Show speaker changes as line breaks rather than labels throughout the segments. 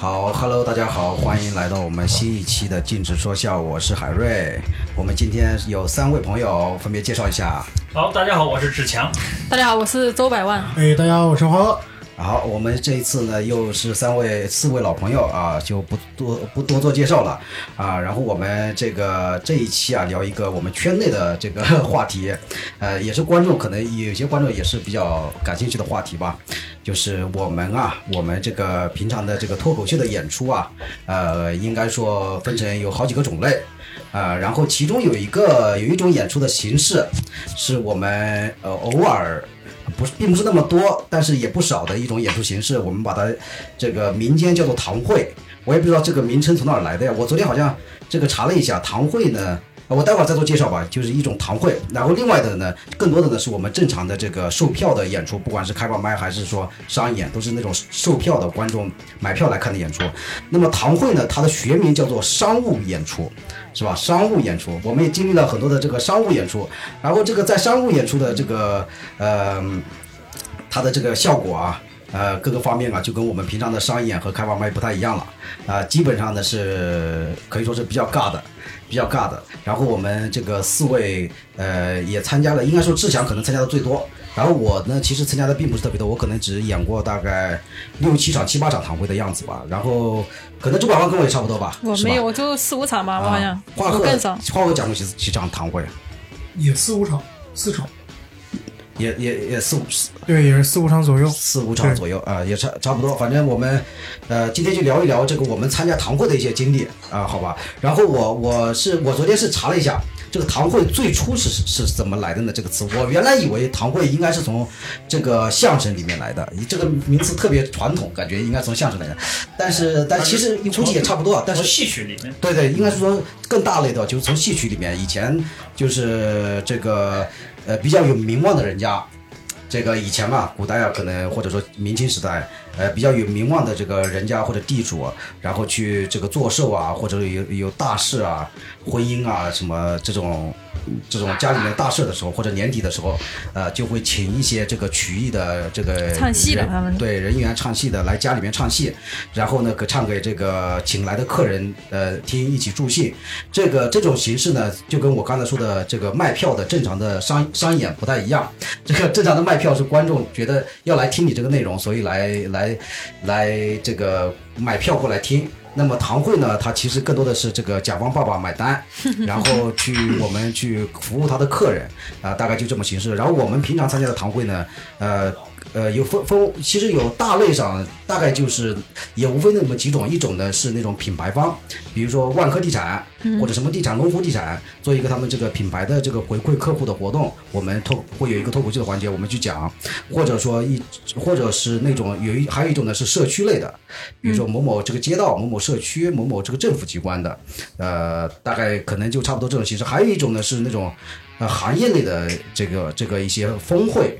Hello，大家好，欢迎来到我们新一期的《禁止说笑》，我是海瑞。我们今天有三位朋友，分别介绍一下。
好，大家好，我是志强。
大家好，我是周百万。
哎，大家好，我是花乐。
好，我们这一次呢，又是三位、四位老朋友啊，就不多不多做介绍了啊。然后我们这个这一期啊，聊一个我们圈内的这个 话题，呃，也是观众可能有些观众也是比较感兴趣的话题吧，就是我们啊，我们这个平常的这个脱口秀的演出啊，呃，应该说分成有好几个种类。啊，然后其中有一个有一种演出的形式，是我们呃偶尔不是并不是那么多，但是也不少的一种演出形式，我们把它这个民间叫做堂会。我也不知道这个名称从哪儿来的呀。我昨天好像这个查了一下，堂会呢，呃我待会儿再做介绍吧，就是一种堂会。然后另外的呢，更多的呢是我们正常的这个售票的演出，不管是开放麦还是说商演，都是那种售票的观众买票来看的演出。那么堂会呢，它的学名叫做商务演出。是吧？商务演出，我们也经历了很多的这个商务演出，然后这个在商务演出的这个呃，它的这个效果啊，呃，各个方面啊，就跟我们平常的商演和开放麦不太一样了，啊、基本上呢是可以说是比较尬的，比较尬的。然后我们这个四位呃也参加了，应该说志强可能参加的最多。然后我呢，其实参加的并不是特别多，我可能只演过大概六七场、七八场堂会的样子吧。然后可能周百万跟我也差不多吧，
我
是吧
没有，我就四五场吧，我好像
啊，华
我
鹤
更少。
华鹤讲过几次几场堂会，啊
也四五场，四场，
也也也四五四
对，也是四五场左右。
四五场左右
嗯
啊、也差差不多。反正我们，呃，今天就聊一聊这个我们参加堂会的一些经历啊、好吧？然后我我是我昨天是查了一下，这个堂会最初是是是怎么来的呢？这个词，我原来以为堂会应该是从这个相声里面来的，这个名词特别传统，感觉应该从相声来的。但是但其实估计也差不多，但
从
是
戏曲里面，
对对，应该是说更大类的，就是从戏曲里面，以前就是这个呃比较有名望的人家，这个以前嘛，古代啊，可能或者说明清时代，呃比较有名望的这个人家或者地主啊，然后去这个做寿啊，或者有有大事啊、婚姻啊什么这种。这种家里面大事的时候，或者年底的时候，呃，就会请一些这个曲艺的这个
呃唱戏的
人
他们
对人员唱戏的来家里面唱戏，然后呢，给唱给这个请来的客人呃听，一起助兴。这个这种形式呢，就跟我刚才说的这个卖票的正常的商商演不太一样。这个正常的卖票是观众觉得要来听你这个内容，所以来来来这个买票过来听。那么堂会呢，它其实更多的是这个甲方爸爸买单，然后去我们去服务他的客人啊、大概就这么形式。然后我们平常参加的堂会呢，呃呃，有分分，其实有大类上大概就是也无非那么几种，一种呢是那种品牌方，比如说万科地产或者什么地产、龙湖地产，做一个他们这个品牌的这个回馈客户的活动，我们透会有一个脱口秀的环节，我们去讲，或者说一或者是那种有一还有一种呢是社区类的，比如说某某这个街道、某某社区、某某这个政府机关的，呃，大概可能就差不多这种形式。还有一种呢是那种呃行业内的这个这个一些峰会。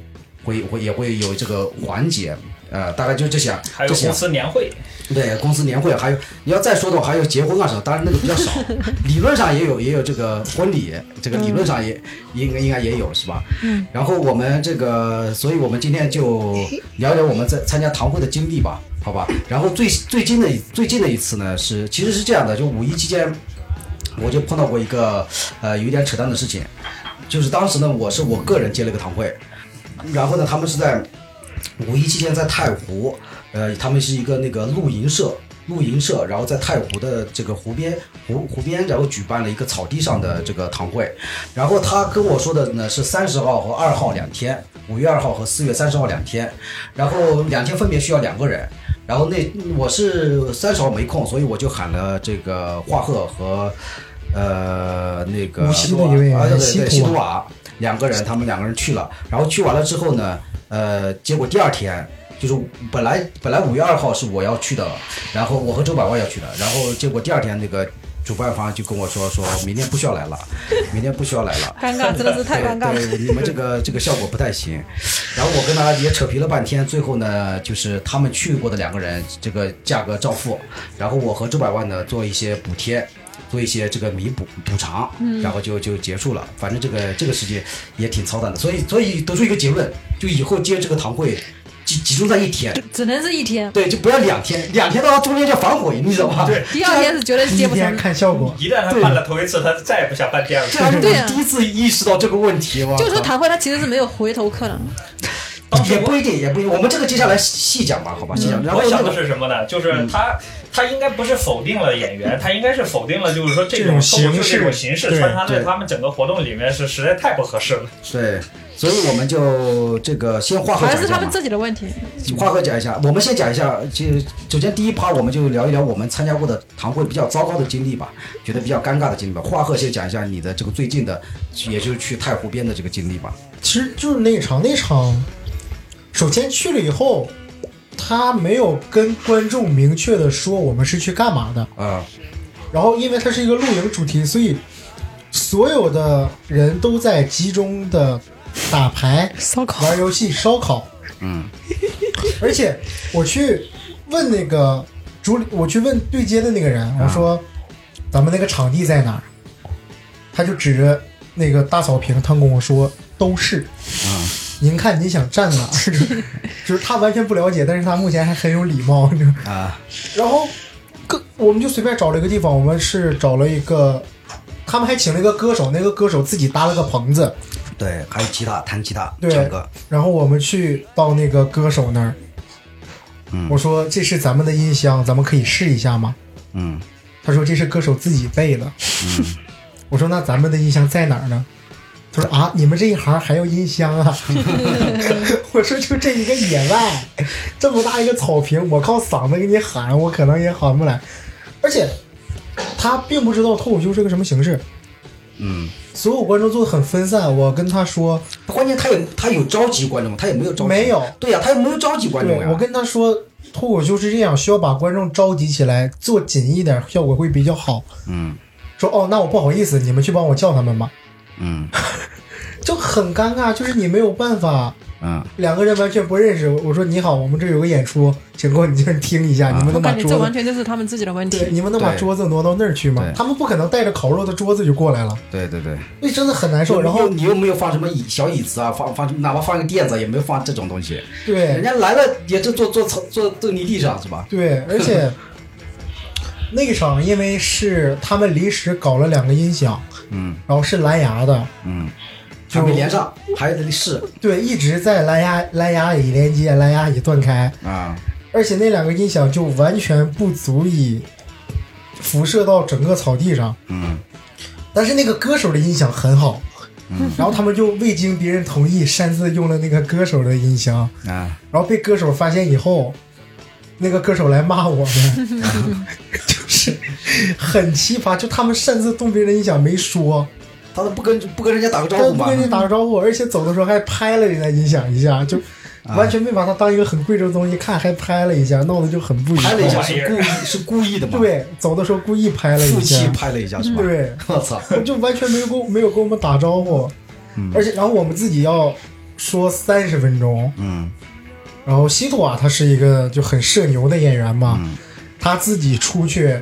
会会也会有这个环节，呃，大概就这些，
还有
这些
公司年会，
对公司年会，还有你要再说的话，还有结婚啊什么，当然那个比较少，理论上也有也有这个婚礼，这个理论上也应该应该也有是吧？嗯。然后我们这个，所以我们今天就聊聊我们在参加堂会的经历吧，好吧？然后最最近的一最近的一次呢是，其实是这样的，就五一期间，我就碰到过一个呃有点扯淡的事情，就是当时呢我是我个人接了一个堂会，然后呢他们是在五一期间在太湖，呃，他们是一个那个露营社，露营社，然后在太湖的这个湖边湖湖边，然后举办了一个草地上的这个堂会。然后他跟我说的呢是三十号和二号两天，五月二号和四月三十号两天，然后两天分别需要两个人。然后那我是三十号没空，所以我就喊了这个华鹤和呃那个
无锡的一位
啊对对
西
对
图
西
瓦
图瓦两个人，他们两个人去了。然后去完了之后呢，呃，结果第二天就是本来本来五月二号是我要去的，然后我和周百万要去的，然后结果第二天那个主办方就跟我说，说明天不需要来了，明天不需要来了。
尴 尬，真的是太尴尬了。
对，对你们这 个这个效果不太行。然后我跟他也扯皮了半天，最后呢，就是他们去过的两个人，这个价格照付，然后我和周百万呢做一些补贴。做一些这个弥补补偿，
嗯
然后就就结束了。反正这个这个事情也挺操蛋的，所以所以得出一个结论，就以后接这个堂会，记集集中在一天，
只能是一天，
对，就不要两天，两天的话中间就反悔，你知道吧？
对
第二天是绝对是
第一
接不成
天
的。
看效果，
一旦他办了头一次，他再也不想办第二
这
次。
还是
对啊
我第一次意识到这个问题，我
就是说
靠
谈会他其实是没有回头客的，
当时
也
哦我嗯
不一定，也不一定。我们这个接下来细细讲吧，好吧，细讲。然后
我
那
想
个嗯
的是什么呢？就是他，他应该不是否定了演员，他应该是否定了，就是说这
这种
脱口秀
形式
这种形式
对
穿插在
对
他们整个活动里面是实在太不合适了。
对，所以我们就这个先话后
好像
讲啊
是
一
他
下
们
嘛。
自己的问题。
话后讲一下，我们先讲一下，就首先第一趴我们就聊一聊我们参加过的堂会比较糟糕的经历吧，觉得比较尴尬的经历吧。话后先讲一下你的这个最近的，也就是去太湖边的这个经历吧。
其实就是那场那场，首先去了以后，他没有跟观众明确的说我们是去干嘛的，
啊、
然后因为它是一个露营主题，所以所有的人都在集中的打牌、
烧烤
玩游戏、烧烤。
嗯，
而且我去问那个主理，我去问对接的那个人，我说、咱们那个场地在哪儿？他就指着那个大草坪，他跟我说都是。您看您想站哪儿？就是就是他完全不了解，但是他目前还很有礼貌。就是
啊，
然后各我们就随便找了一个地方，我们是找了一个，他们还请了一个歌手，那个歌手自己搭了个棚子，
对，还有吉他，弹吉他，
对
唱歌，
然后我们去到那个歌手那儿，
嗯
我说这是咱们的音箱，咱们可以试一下吗？
嗯
他说这是歌手自己备的。
嗯，
我说那咱们的音箱在哪儿呢？他说啊，你们这一行还要音箱啊？ 我说就这一个野外，这么大一个草坪，我靠嗓子给你喊，我可能也喊不来。而且他并不知道脱口秀是个什么形式，
嗯，
所有观众做的很分散。我跟他说，
关键他也他有召集观众吗？他也没有召集，
没有
对呀、他也没有召集观众啊
对
呀、
我跟他说，脱口秀是这样，需要把观众召集起来，做紧一点，效果会比较好。
嗯
说哦，那我不好意思，你们去帮我叫他们吧，
嗯
就很尴尬，就是你没有办法，
嗯，
两个人完全不认识。我我说你好，我们这有个演出，请给我你这儿听一下，
啊
你们
我
能把
感觉这
桌
完
子。
全就是他们自己的问
对，
题。
你们能把
对
桌子挪到那儿去吗
对？
他们不可能带着烤肉的桌子就过来了，
对对对。
那真的很难受。然
又
后
你又没有放什么椅小椅子啊，放放哪怕放个垫子也没有放这种东西，人
对
家来了也就坐坐草坐坐泥地上是吧？
对，而 且那一场因为是他们临时搞了两个音响，
嗯
然后是蓝牙的，
嗯，
就
还没连上，还得试
对，一直在蓝牙蓝牙已连接，蓝牙已断开，
啊，
而且那两个音响就完全不足以辐射到整个草地上。
嗯
但是那个歌手的音响很好，然后他们就未经别人同意擅自用了那个歌手的音响，
啊，
然后被歌手发现以后，那个歌手来骂我们，就是很奇葩，就他们擅自动别人的音响没说，
他都不跟不跟人家打个招
他
呼
不
吗
跟？人打个招呼，而且走的时候还拍了人家音响一下，就
啊
完全没把它当一个很贵重的东西看，还拍了一下，闹得就很不愉快。
拍了一下是故意是故意的吗？，
对，走的时候故意拍了
负
一
气
下，
拍了一下是吧？
对，
我操，
就完全没有跟我没有跟我们打招呼，
嗯
而且然后我们自己要说三十分钟，
嗯
然后西多啊，他是一个就很社牛的演员嘛，
嗯
他自己出去。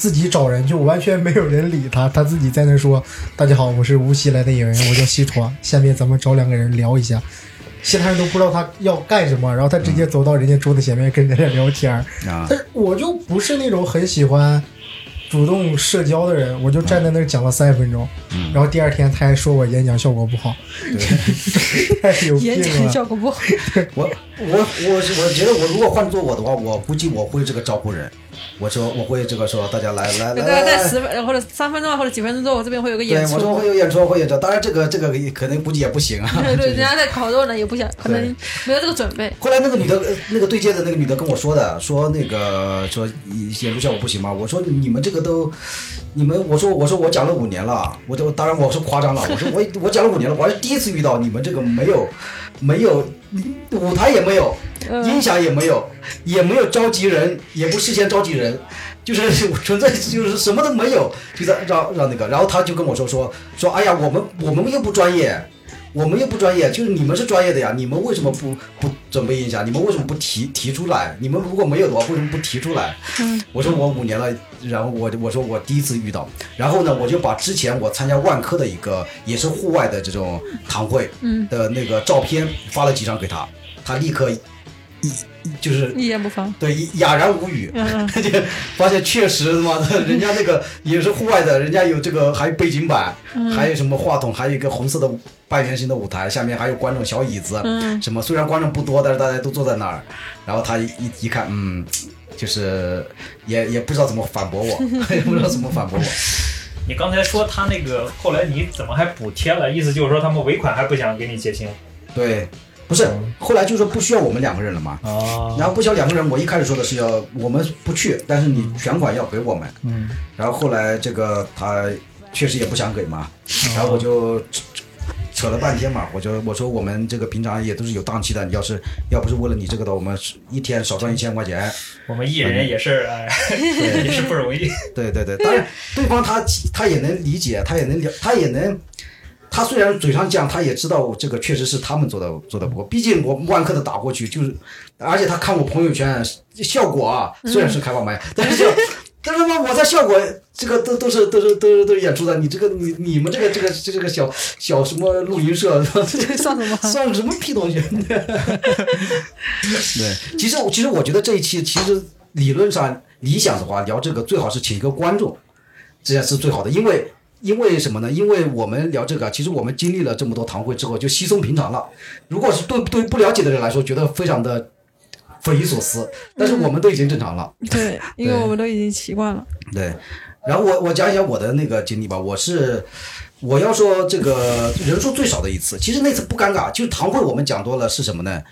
自己找人就完全没有人理他，他自己在那说：“大家好，我是无锡来的演员，我叫西托，下面咱们找两个人聊一下。”其他人都不知道他要干什么，然后他直接
嗯
走到人家桌子前面跟人家聊天儿。
啊
但是我就不是那种很喜欢主动社交的人，我就站在那儿讲了三十分钟，
嗯
然后第二天他还说我演讲效果不好， 太有
啊
病
演讲
了。
效果不好，
我我我我觉得我如果换做我的话，我估计我会这个招呼人，我说我会这个说大家来来来
大
来
概在
来。
十分或者三分钟啊或者几分钟之后，我这边会有个
对
演，
我说
出
会。有演出，会有演出，当然这个这个可能估计也不行啊。
对对，人家在烤肉呢，也不想，可能没有这个准备。
后来那个女的，呃那个对接的那个女的跟我说的，说那个说演出效果不行吗？我说你们这个都，你们我说我说我讲了五年了，我就当然我是夸张了，我说我我讲了五年了，我还是第一次遇到你们这个没有没有舞台也没有，音
嗯，
响也没有，也没有召集人，也不事先召集人，就是 纯粹就是什么都没有，就在让让那个，然后他就跟我说说说，哎呀，我们我们又不专业，我们又不专业，就是你们是专业的呀，你们为什么不不准备一下？你们为什么不提提出来？你们如果没有的话，为什么不提出来？我说我五年了，然后我我说我第一次遇到，然后呢，我就把之前我参加万科的一个也是户外的这种堂会，
嗯
的那个照片发了几张给他，他立刻就是
一言 不发。
对哑然无语。
嗯嗯，
就发现确实他妈的， 人家那个也是户外的，人家有这个还有背景板，还有什么话筒，还有一个红色的半圆形的舞台，下面还有观众小椅子，
嗯
什么虽然观众不多，但是大家都坐在那儿，然后他一一一看，嗯，就是也也不知道怎么反驳我， 也不知道怎么反驳我，
你刚才说他那个后来你怎么还补贴了？意思就是说他们尾款还不想给你结清
对，不是，后来就说不需要我们两个人了嘛。
啊
然后不需要两个人，我一开始说的是要我们不去，但是你全款要给我们。
嗯，
然后后来这个他确实也不想给嘛，然后我就扯扯了半天嘛，我就我说我们这个平常也都是有档期的，你要是要不是为了你这个的，我们是一天少赚一千块钱。
我们艺人也是，哎，
对
也是不容易。
对对对，当然对方他他也能理解，他也能了，他也能。他虽然嘴上讲，他也知道这个确实是他们做的做的不够，毕竟我万科的打过去就是，而且他看我朋友圈效果啊，
嗯
虽然是开放麦，但是 但是嘛，我在效果这个都都是都是都是都是演出的，你这个你你们这个这个这个小小什么露营 社，
这算什么？
算什么屁东西？对，其实我其实我觉得这一期其实理论上理想的话，聊这个最好是请一个观众，这样是最好的，因为。因为什么呢？因为我们聊这个，其实我们经历了这么多堂会之后，就稀松平常了。如果是对对不了解的人来说，觉得非常的匪夷所思，但是我们都已经正常了。
对，因为我们都已经习惯了。
对，然后我我讲一讲我的那个经历吧。我是我要说这个人数最少的一次，其实那次不尴尬，就是堂会我们讲多了是什么呢？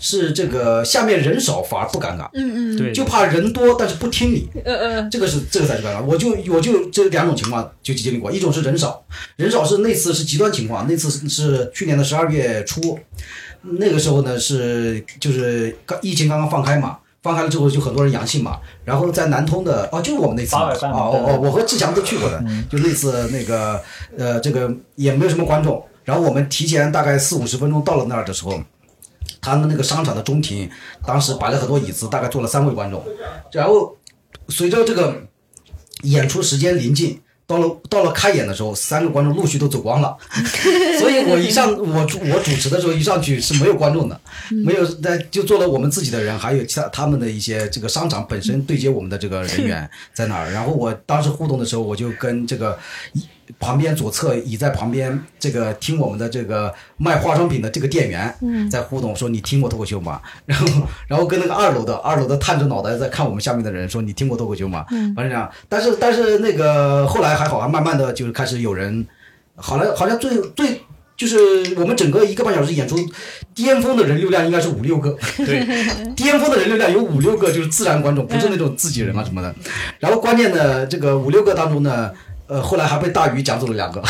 是这个下面人少反而不尴尬，
嗯嗯，
对
就怕人多但是不听你，
呃呃，
这个是这个才是尴尬。我就我就这两种情况就经历过，一种是人少，人少是那次是极端情况，那次是是去年的十二月初，那个时候呢是就是刚疫情刚刚放开嘛。放开了之后就很多人阳性嘛，然后在南通的哦，就是我们那次嘛
八百
哦
伴嘛
哦
对嗯
哦，我和志强都去过的，就那次那个呃，这个也没有什么观众，然后我们提前大概四五十分钟到了那儿的时候，他们那个商场的中庭当时摆了很多椅子，大概坐了三位观众，然后随着这个演出时间临近，到了到了开演的时候，三个观众陆续都走光了，所以我一上我主我主持的时候一上去是没有观众的，没有那就坐了我们自己的人，还有其他他们的一些这个商场本身对接我们的这个人员在那儿，然后我当时互动的时候，我就跟这个。旁边左侧倚在旁边这个听我们的这个卖化妆品的这个店员在互动说你听过脱口秀吗？ 然后然后跟那个二楼的二楼的探着脑袋在看我们下面的人说你听过脱口秀吗？反正这样，但是但是那个后来还好，还慢慢的就是开始有人，好了好像最最。就是我们整个一个半小时演出，巅峰的人流量应该是五六个，
对，
巅峰的人流量有五六个就是自然观众，不是那种自己人啊什么的。然后关键呢，这个五六个当中呢，呃，后来还被大鱼讲走了两个。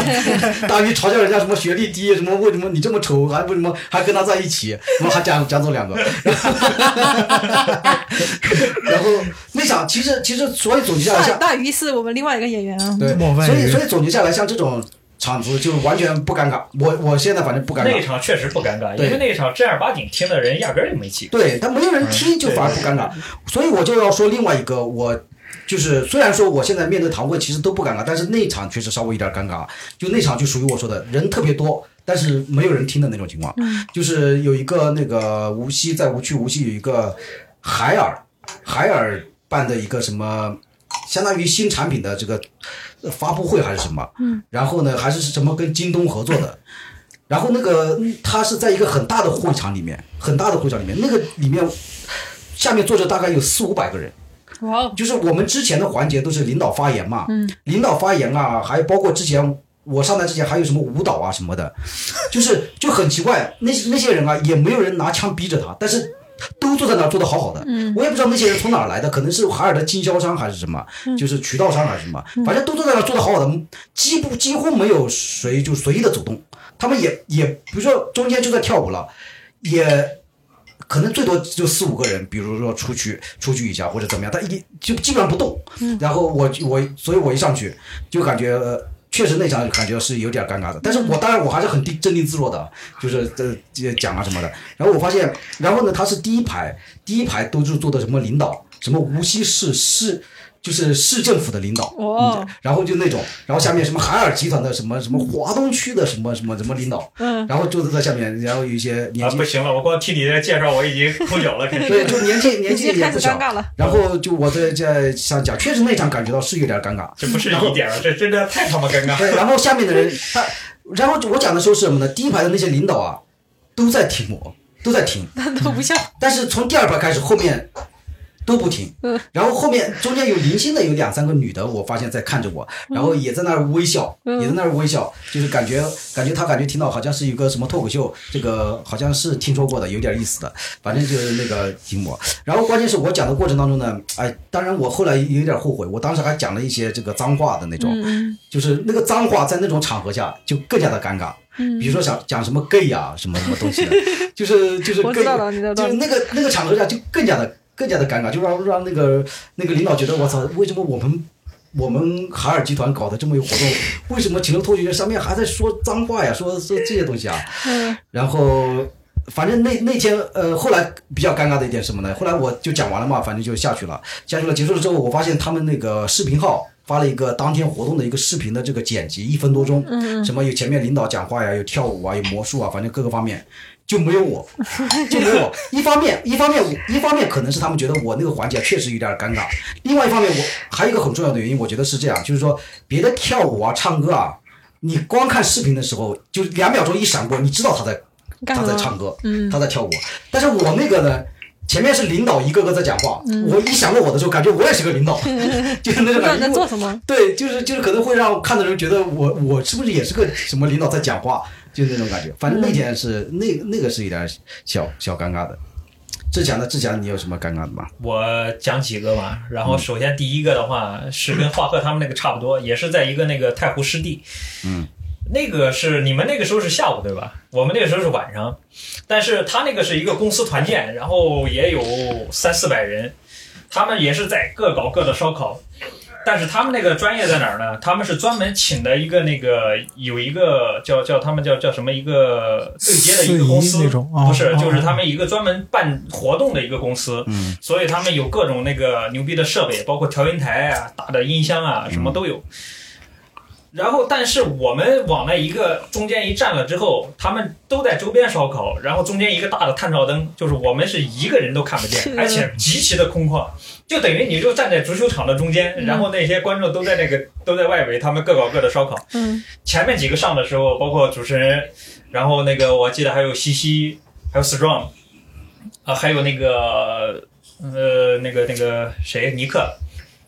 大鱼嘲笑人家什么学历低，什么为什么你这么丑，还为什么还跟他在一起，什么还讲讲走两个。 然后那场其实其实所以总结下来像
大大鱼是我们另外一个演 员啊。
对，
冒犯
所以
人
所以总结下来像这种场子就完全不尴尬。我我现在反 正不尴尬
那。一场确实不尴尬，
对
因为那一场正儿八经听的人压根儿就没去。
对他没有人听，就反而不尴尬。所以我就要说另外一个，我就是虽然说我现在面对堂会其实都不尴尬，但是那场确实稍微有点尴尬。就那场就属于我说的人特别多，但是没有人听的那种情况。
嗯
就是有一个那个无锡在无区无锡有一个海尔海尔办的一个什么。相当于新产品的这个呃发布会还是什么，嗯，然后呢还是什么跟京东合作的，然后那个他是在一个很大的会场里面，很大的会场里面，那个里面下面坐着大概有四五百个人，
哇哦，
就是我们之前的环节都是领导发言嘛，领导发言啊，还包括之前我上台之前还有什么舞蹈啊什么的，就是就很奇怪，那那些人啊也没有人拿枪逼着他，但是。都坐在那儿坐的好好的，我也不知道那些人从哪儿来的，可能是海尔的经销商还是什么，就是渠道商还是什么，反正都坐在那儿坐的好好的，几乎几乎没有谁就随意的走动，他们也也比如说中间就在跳舞了，也可能最多就四五个人，比如说出去出去一下或者怎么样，他一就基本上不动。
嗯
然后我我所以我一上去就感觉。呃确实那场感觉是有点尴尬的，但是
嗯
我当然我还是很定镇定自若的，就是呃这讲啊什么的。然后我发现，然后呢，他是第一排，第一排都是坐的什么领导，什么无锡市市就是市政府的领导，嗯
哦，
然后就那种，然后下面什么海尔集团的什么什么华东区的什么什么什么领导，
嗯，
然后就在下面，然后有一些年
啊，
纪
不行了，我光听你这个介绍，我已经抠脚了，开 始。
对，就年纪年
已
纪
经
也
开
不
始
小
尴，尬了。
然后就我在在想讲，确实那场感觉到是有点尴 尬。
这不是一点了，这真的太他妈尴 尬。
对，然后下面的人他，然后我讲的时候是什么呢？第一排的那些领导啊，都在听我，都在听，
但都不像，
但是从第二排开始，后面都不停
嗯。
然后后面中间有零星的有两三个女的，我发现在看着我，然后也在那儿微笑，
嗯
也在那儿微笑，就是感觉感觉她感觉听到好像是一个什么脱口秀，这个好像是听说过的，有点意思的，反正就是那个 听我。然后关键是我讲的过程当中呢，哎，当然我后来有点后悔，我当时还讲了一些这个脏话的那种，
嗯
就是那个脏话在那种场合下就更加的尴尬。
嗯
比如说想讲什么 gay 啊，什么什么东 西的，就是就是
我
gay，
知道了你知道
就是那个那个场合下就更加的更加的尴尬，就让让那个那个领导觉得我操，为什么我们我们海尔集团搞的这么有活动，为什么请了脱口秀上面还在说脏话呀，说说这些东西啊？
嗯
然后反正那那天呃，后来比较尴尬的一点是什么呢？后来我就讲完了嘛，反正就下去了。下去了，结束了之后，我发现他们那个视频号发了一个当天活动的一个视频的这个剪辑，一分多钟，
嗯
什么有前面领导讲话呀，有跳舞啊，有魔术啊，反正各个方面。就没有我，就没有我。一方面，一方面，一方面可能是他们觉得我那个环节确实有点尴尬。另外一方面，我还有一个很重要的原因，我觉得是这样，就是说别的跳舞啊、唱歌啊，你光看视频的时候，就两秒钟一闪过，你知道他在
干
他
什
在
么？
唱歌，
嗯
他在跳舞。但是我那个呢，前面是领导一个个在讲话，我一想到我的时候，感觉我也是个领 导，就是那种
嗯不知
感觉。
道你在
因为
做
我
什么。
对，就是就是可能会让看的人觉得我我是不是也是个什么领导在讲话，就是那种感觉。反正那天是那那个是有点小小尴尬的。志强呢？志强，你有什么尴尬的吗？
我讲几个吧，然后首先第一个的话是跟华鹤他们那个差不多，也是在一个那个太湖湿地。
嗯，
那个是你们那个时候是下午对吧？我们那个时候是晚上，但是他那个是一个公司团建，然后也有三四百人，他们也是在各搞各的烧烤。但是他们那个专业在哪儿呢？他们是专门请的一个那个有一个叫叫他们叫叫什么一个对接的一个公司
司仪那种哦
不是
哦
就是他们一个专门办活动的一个公司，
嗯
所以他们有各种那个牛逼的设备，包括调音台啊、大的音箱啊，什么都有。然后，但是我们往那一个中间一站了之后，他们都在周边烧烤，然后中间一个大的探照灯，就是我们是一个人都看不见
是，
而且极其的空旷，就等于你就站在足球场的中间，
嗯
然后那些观众都在那个都在外围，他们各搞各的烧烤。
嗯
前面几个上的时候，包括主持人，然后那个我记得还有西西，还有 Strong，啊、还有那个呃那个那个谁尼克，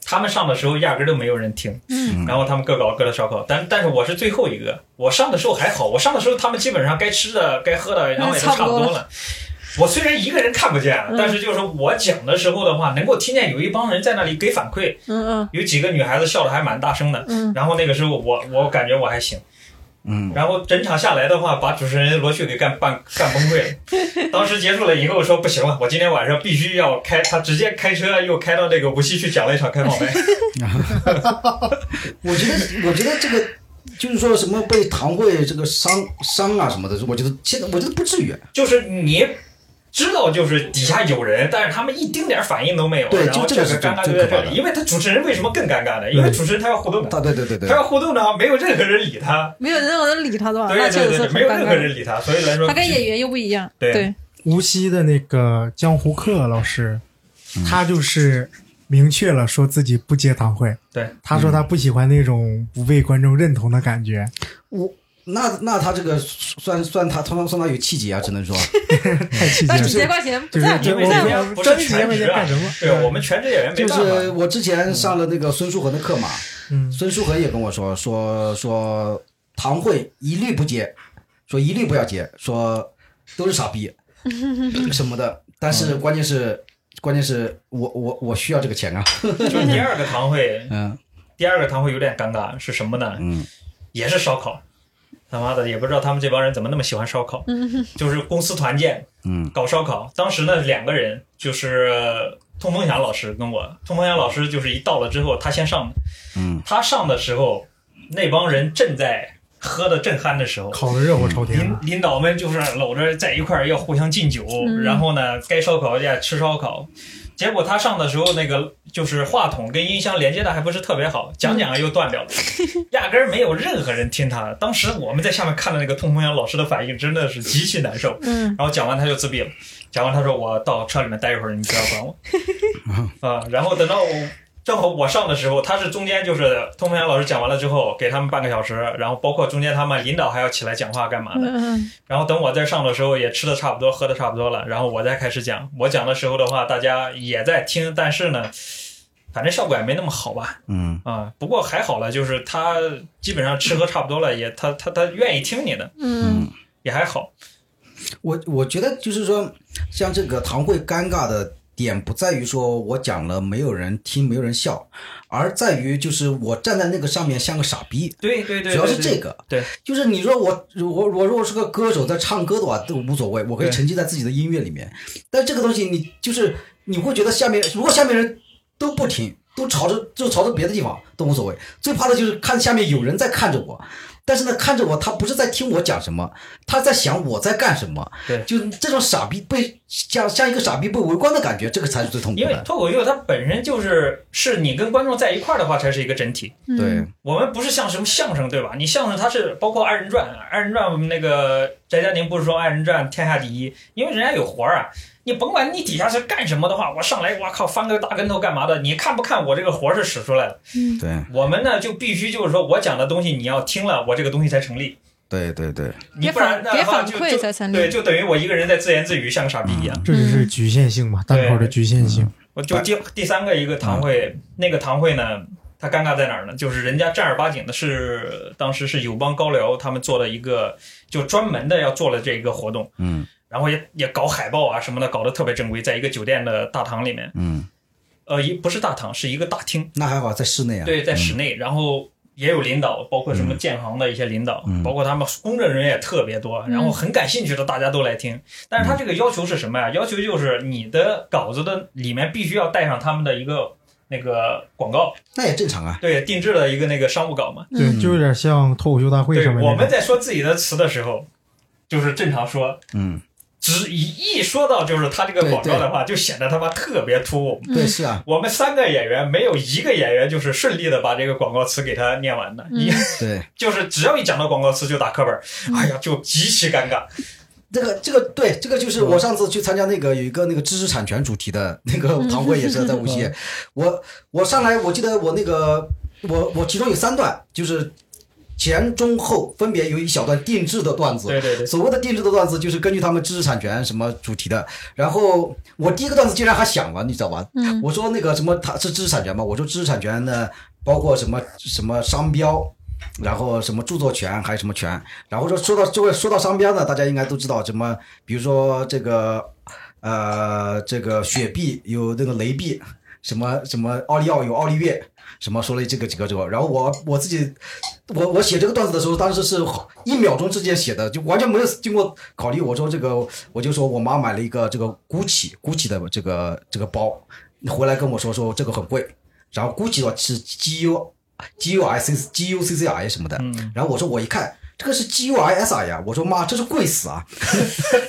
他们上的时候压根儿都没有人听，
嗯
然后他们各搞各的烧烤，但但是我是最后一个，我上的时候还好，我上的时候他们基本上该吃的该喝的，然后也都嗯差不
差不
多
多
了。我虽然一个人看不见，
嗯
但是就是我讲的时候的话，能够听见有一帮人在那里给反馈，
嗯
有几个女孩子笑的还蛮大声的。
嗯
然后那个时候我我感觉我还行。
嗯，
然后整场下来的话，把主持人罗旭给干办干崩溃了。当时结束了以后说不行了，我今天晚上必须要开，他直接开车又开到那个无锡去讲了一场开放 麦。
我觉得，我觉得这个就是说什么被堂会这个伤伤啊什么的，我觉得现在我觉得不至于。
就是你知道，就是底下有人，但是他们一丁点儿反应都没有，
对
然后
就这个是
个尴尬
最
就
最可
在这
怕的
里。因为他主持人为什么更尴尬呢？因为
对
主持人他要互动的，
啊，对对对对
他，要互动呢，没有任何人理他，
没有任何人理他，对吧？
对
啊那确
对
实
对，
是很
没有
尴
任何
尬。
人理他，所以来说
他跟演员又不一样，
对
对，
无锡的那个江湖客老师，他就是明确了说自己不接堂会。
对，
他说他不喜欢那种不被观众认同的感觉。
我那那他这个算算他算他算他有气节啊，只能说。
太气
那你
节了。
几块钱不
就是
在乎，
这
因
不
为
在
人家嗯
乎。
不是全职啊
干什么，嗯
对我们全职演 员没
就
办法
是。我之前上了那个孙书恒的课嘛，
嗯，
孙书恒也跟我说说说堂会一律不接，说一律不要接，说都是傻 逼什么的。但是
嗯
关键是关键是我我我需要这个钱啊，
就是第二个堂会，
嗯
第二个堂会有点尴尬，是什么呢？
嗯
也是烧烤。他妈的，也不知道他们这帮人怎么那么喜欢烧烤，就是公司团建
嗯
搞烧烤。当时呢，两个人就是呃通风祥老师跟我，通风祥老师就是一到了之后，他先上的，
嗯，
他上的时候，那帮人正在喝的正酣的时候，
烤的热火朝
啊
天啊
领
的。
领导们就是搂着在一块儿要互相敬酒，
嗯
然后呢，该烧烤要吃烧烤。结果他上的时候，那个就是话筒跟音箱连接的还不是特别
嗯
好，讲讲又断 掉了，压根儿没有任何人听他的。当时我们在下面看的那个痛风阳老师的反应真的是极其难受。
嗯，
然后讲完他就自闭了，讲完他说我到车里面待一会儿，你不要管我。 啊、然后等到我正好我上的时候，他是中间就是通风阳老师讲完了之后，给他们半个小时，然后包括中间他们领导还要起来讲话干嘛的。
嗯
然后等我在上的时候也吃的差不多，喝的差不多了，然后我再开始讲。我讲的时候的话，大家也在听，但是呢，反正效果也没那么好吧。
嗯
啊，不过还好了，就是他基本上吃喝差不多了，也他他他愿意听你的，
嗯
也还好。
我我觉得就是说，像这个堂会尴尬的点不在于说我讲了没有人听没有人笑，而在于就是我站在那个上面像个傻逼。
对对对，
主要是
对
这个，
对，
就是你说我我我如果是个歌手在唱歌的话都无所谓，我可以
对
沉浸在自己的音乐里面。但这个东西你就是你会觉得下面如果下面人都不听，都朝着就朝着别的地方都无所谓。最怕的就是看下面有人在看着我，但是呢看着我他不是在听我讲什么，他在想我在干什么。
对
就这种傻逼被像像一个傻逼被围观的感觉，这个才是最痛苦
因为
的。
脱口秀它本身就是是你跟观众在一块儿的话才是一个整体。
嗯，
对，
我们不是像什么相声对吧？你相声它是包括二人转，二人转那个翟佳宁不是说二人转天下第一，因为人家有活儿啊。你甭管你底下是干什么的话，我上来我靠翻个大跟头干嘛的？你看不看我这个活儿是使出来的？
嗯
对
我们呢就必须就是说我讲的东西你要听了，我这个东西才成立。
对对对，
你不然的
别
话
反
就
别反馈
就
才成立
对，就等于我一个人在自言自语，像个傻逼一样。
这就是局限性嘛，单口的局限性。
我就第第三个一个堂会，那个堂会呢，它尴尬在哪儿呢？就是人家正儿八经的是当时是友邦高聊他们做了一个，就专门的要做了这一个活动，
嗯
然后也也搞海报啊什么的，搞得特别正规，在一个酒店的大堂里面，
嗯，
呃，一不是大堂，是一个大厅，
那还好在室内啊。
对，在室内，然后。也有领导，包括什么建行的一些领导，
嗯
包括他们工作人员也特别多，然后很感兴趣的大家都来听。但是他这个要求是什么呀？要求就是你的稿子的里面必须要带上他们的一个那个广告，
那也正常啊。
对，定制了一个那个商务稿嘛。
对，就有点像脱口秀大会
嗯对，
上面
我
那
们
种。
在说自己的词的时候，就是正常说，
嗯，
只一一说到就是他这个广告的话，就显得他妈特别突兀。
嗯
对，是啊，
我们三个演员没有一个演员就是顺利的把这个广告词给他念完的，
嗯
你
对。
就是只要一讲到广告词就打课本儿，
嗯
哎呀，就极其尴尬。
这个这个对，这个就是我上次去参加那个有一个那个知识产权主题的那个堂会，也是在无锡。我我上来，我记得我那个我我其中有三段，就是前中后分别有一小段定制的段子。
对对对，
所谓的定制的段子，就是根据他们知识产权什么主题的。然后我第一个段子竟然还想了，你知道吧？
嗯
我说那个什么，它是知识产权嘛？我说知识产权呢，包括什么什么商标，然后什么著作权，还有什么权。然后说说到就会说到商标呢，大家应该都知道什么，比如说这个呃这个雪碧有那个雷碧，什么什么奥利奥有奥利月，什么说了这个几个这个。然后我我自己我我写这个段子的时候，当时是一秒钟之间写的，就完全没有经过考虑。我说这个，我就说我妈买了一个这个 GUCCI GUCCI 的这个这个包，回来跟我说说这个很贵，然后 GUCCI 的话是 G U G U I C G U C C I 什么的，
嗯
然后我说我一看。这个是 G U I S I 呀！我说妈，这是贵死啊！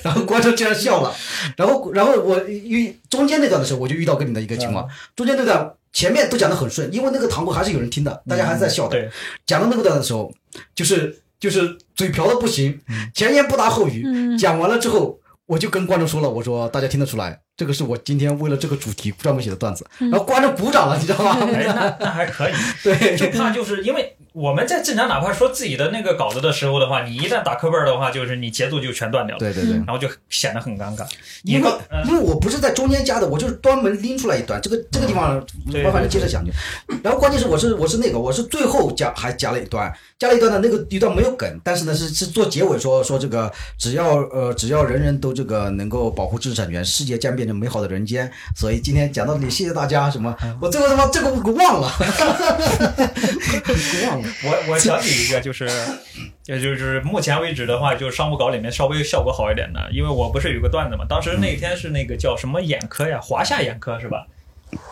然后观众竟然笑了。然后，然后我遇中间那段的时候，我就遇到跟你的一个情况。中间那段前面都讲得很顺，因为那个堂会还是有人听的，大家还是在笑的。
对，
讲到那个段的时候，就是就是嘴瓢的不行，前言不搭后语。
嗯
讲完了之后，我就跟观众说了，我说大家听得出来，这个是我今天为了这个主题专门写的段子。然后观众鼓掌了，你知道吗？
哎，那那还可以。
对
就怕就是因为我们在正常哪怕说自己的那个稿子的时候的话，你一旦打磕巴儿的话，就是你节奏就全断掉了，
对对对
然，后就显得很尴尬。你
因为
刚嗯
因为我不是在中间加的，我就是专门拎出来一段，这个这个地方
对
麻烦你接着讲去。然后关键是我是我是那个我是最后加还加了一段，加了一段的那个一段没有梗，但是呢是是做结尾说说这个只要呃只要人人都这个能够保护知识产权，世界将变成美好的人间。所以今天讲到这里，谢谢大家什么，
嗯
我最后他妈这个我给忘了，忘了。
我我想起一个，就是，也就是目前为止的话，就是商务稿里面稍微效果好一点的，因为我不是有个段子嘛，当时那天是那个叫什么眼科呀，华夏眼科是吧？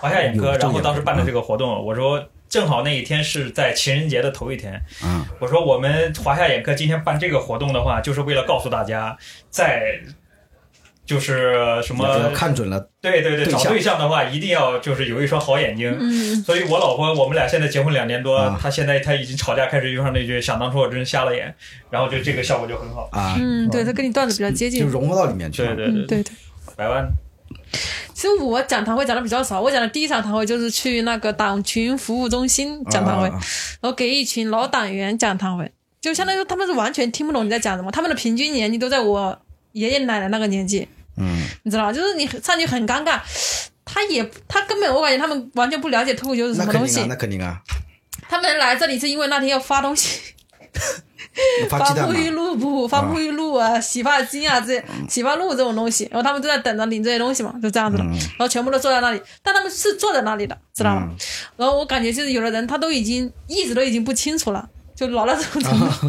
华夏眼
有
科，
这
然
个
后
眼
当时
科嗯
办的这个活动，我说正好那一天是在情人节的头一天，
嗯，
我说我们华夏眼科今天办这个活动的话，就是为了告诉大家，在就是什
你要
么，
看准了，
对对对，
对
找
象
对象的话一定要就是有一双好眼睛。
嗯，
所以，我老婆，我们俩现在结婚两年多，
啊
她现在她已经吵架开始用上那句“想当初我真是瞎了眼”，然后就这个效果就很好。
啊，
嗯，对，他跟你段子比较接
就
近。
融入到里面去
对
了。
对对，
嗯，对对。
百万
其实我讲堂会讲的比较少，我讲的第一场堂会就是去那个党群服务中心讲堂会，
啊啊
然后给一群老党员讲堂会，就相当于他们是完全听不懂你在讲什么，他们的平均年纪都在我爷爷奶奶那个年纪，
嗯，
你知道吗？就是你上去很尴尬，他也他根本我感觉他们完全不了解脱口秀是什
那
么
肯
东
定啊
西，，
那肯定啊，
他们来这里是因为那天要发东西。
发
发
鸡蛋
沐
嘛
浴。露不？发沐浴露啊，洗发精啊，这些洗发露这种东西，然后他们都在等着领这些东西嘛，就这样子的，
嗯
然后全部都坐在那里，但他们是坐在那里的，知道吗？
嗯
然后我感觉就是有的人他都已经意识都已经不清楚了，就老到这种程度，
啊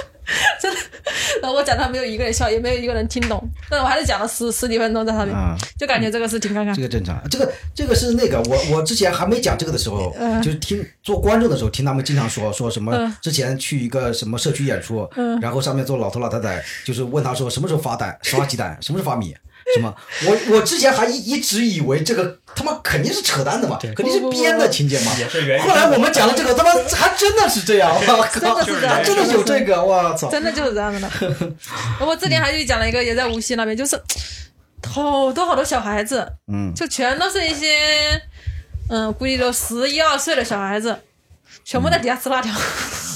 真的。然后我讲他没有一个人笑，也没有一个人听懂，但我还是讲了十十几分钟在上面，
啊
就感觉这个是挺尴尬
这。个正常，这个这个是那个我我之前还没讲这个的时 候，就是听做观众的时候，听他们经常说说什么
嗯，
之前去一个什么社区演出，然后上面坐老头老太太，就是问他说什么时候发蛋，发鸡蛋， 什么时候发米。什么？我我之前还一一直以为这个他妈肯定是扯淡的嘛，肯定是编的情节嘛。
也是源于
后来我们讲了这个，他妈还真的是这样，我
真
靠
的，
就是是
的，
真的有这个，我操！
真的就是这样 子的。我之前还去讲了一个，也在无锡那边，就是好多好多小孩子，
嗯，
就全都是一些，嗯，估计都十一二岁的小孩子，全部在底下吃辣条，
嗯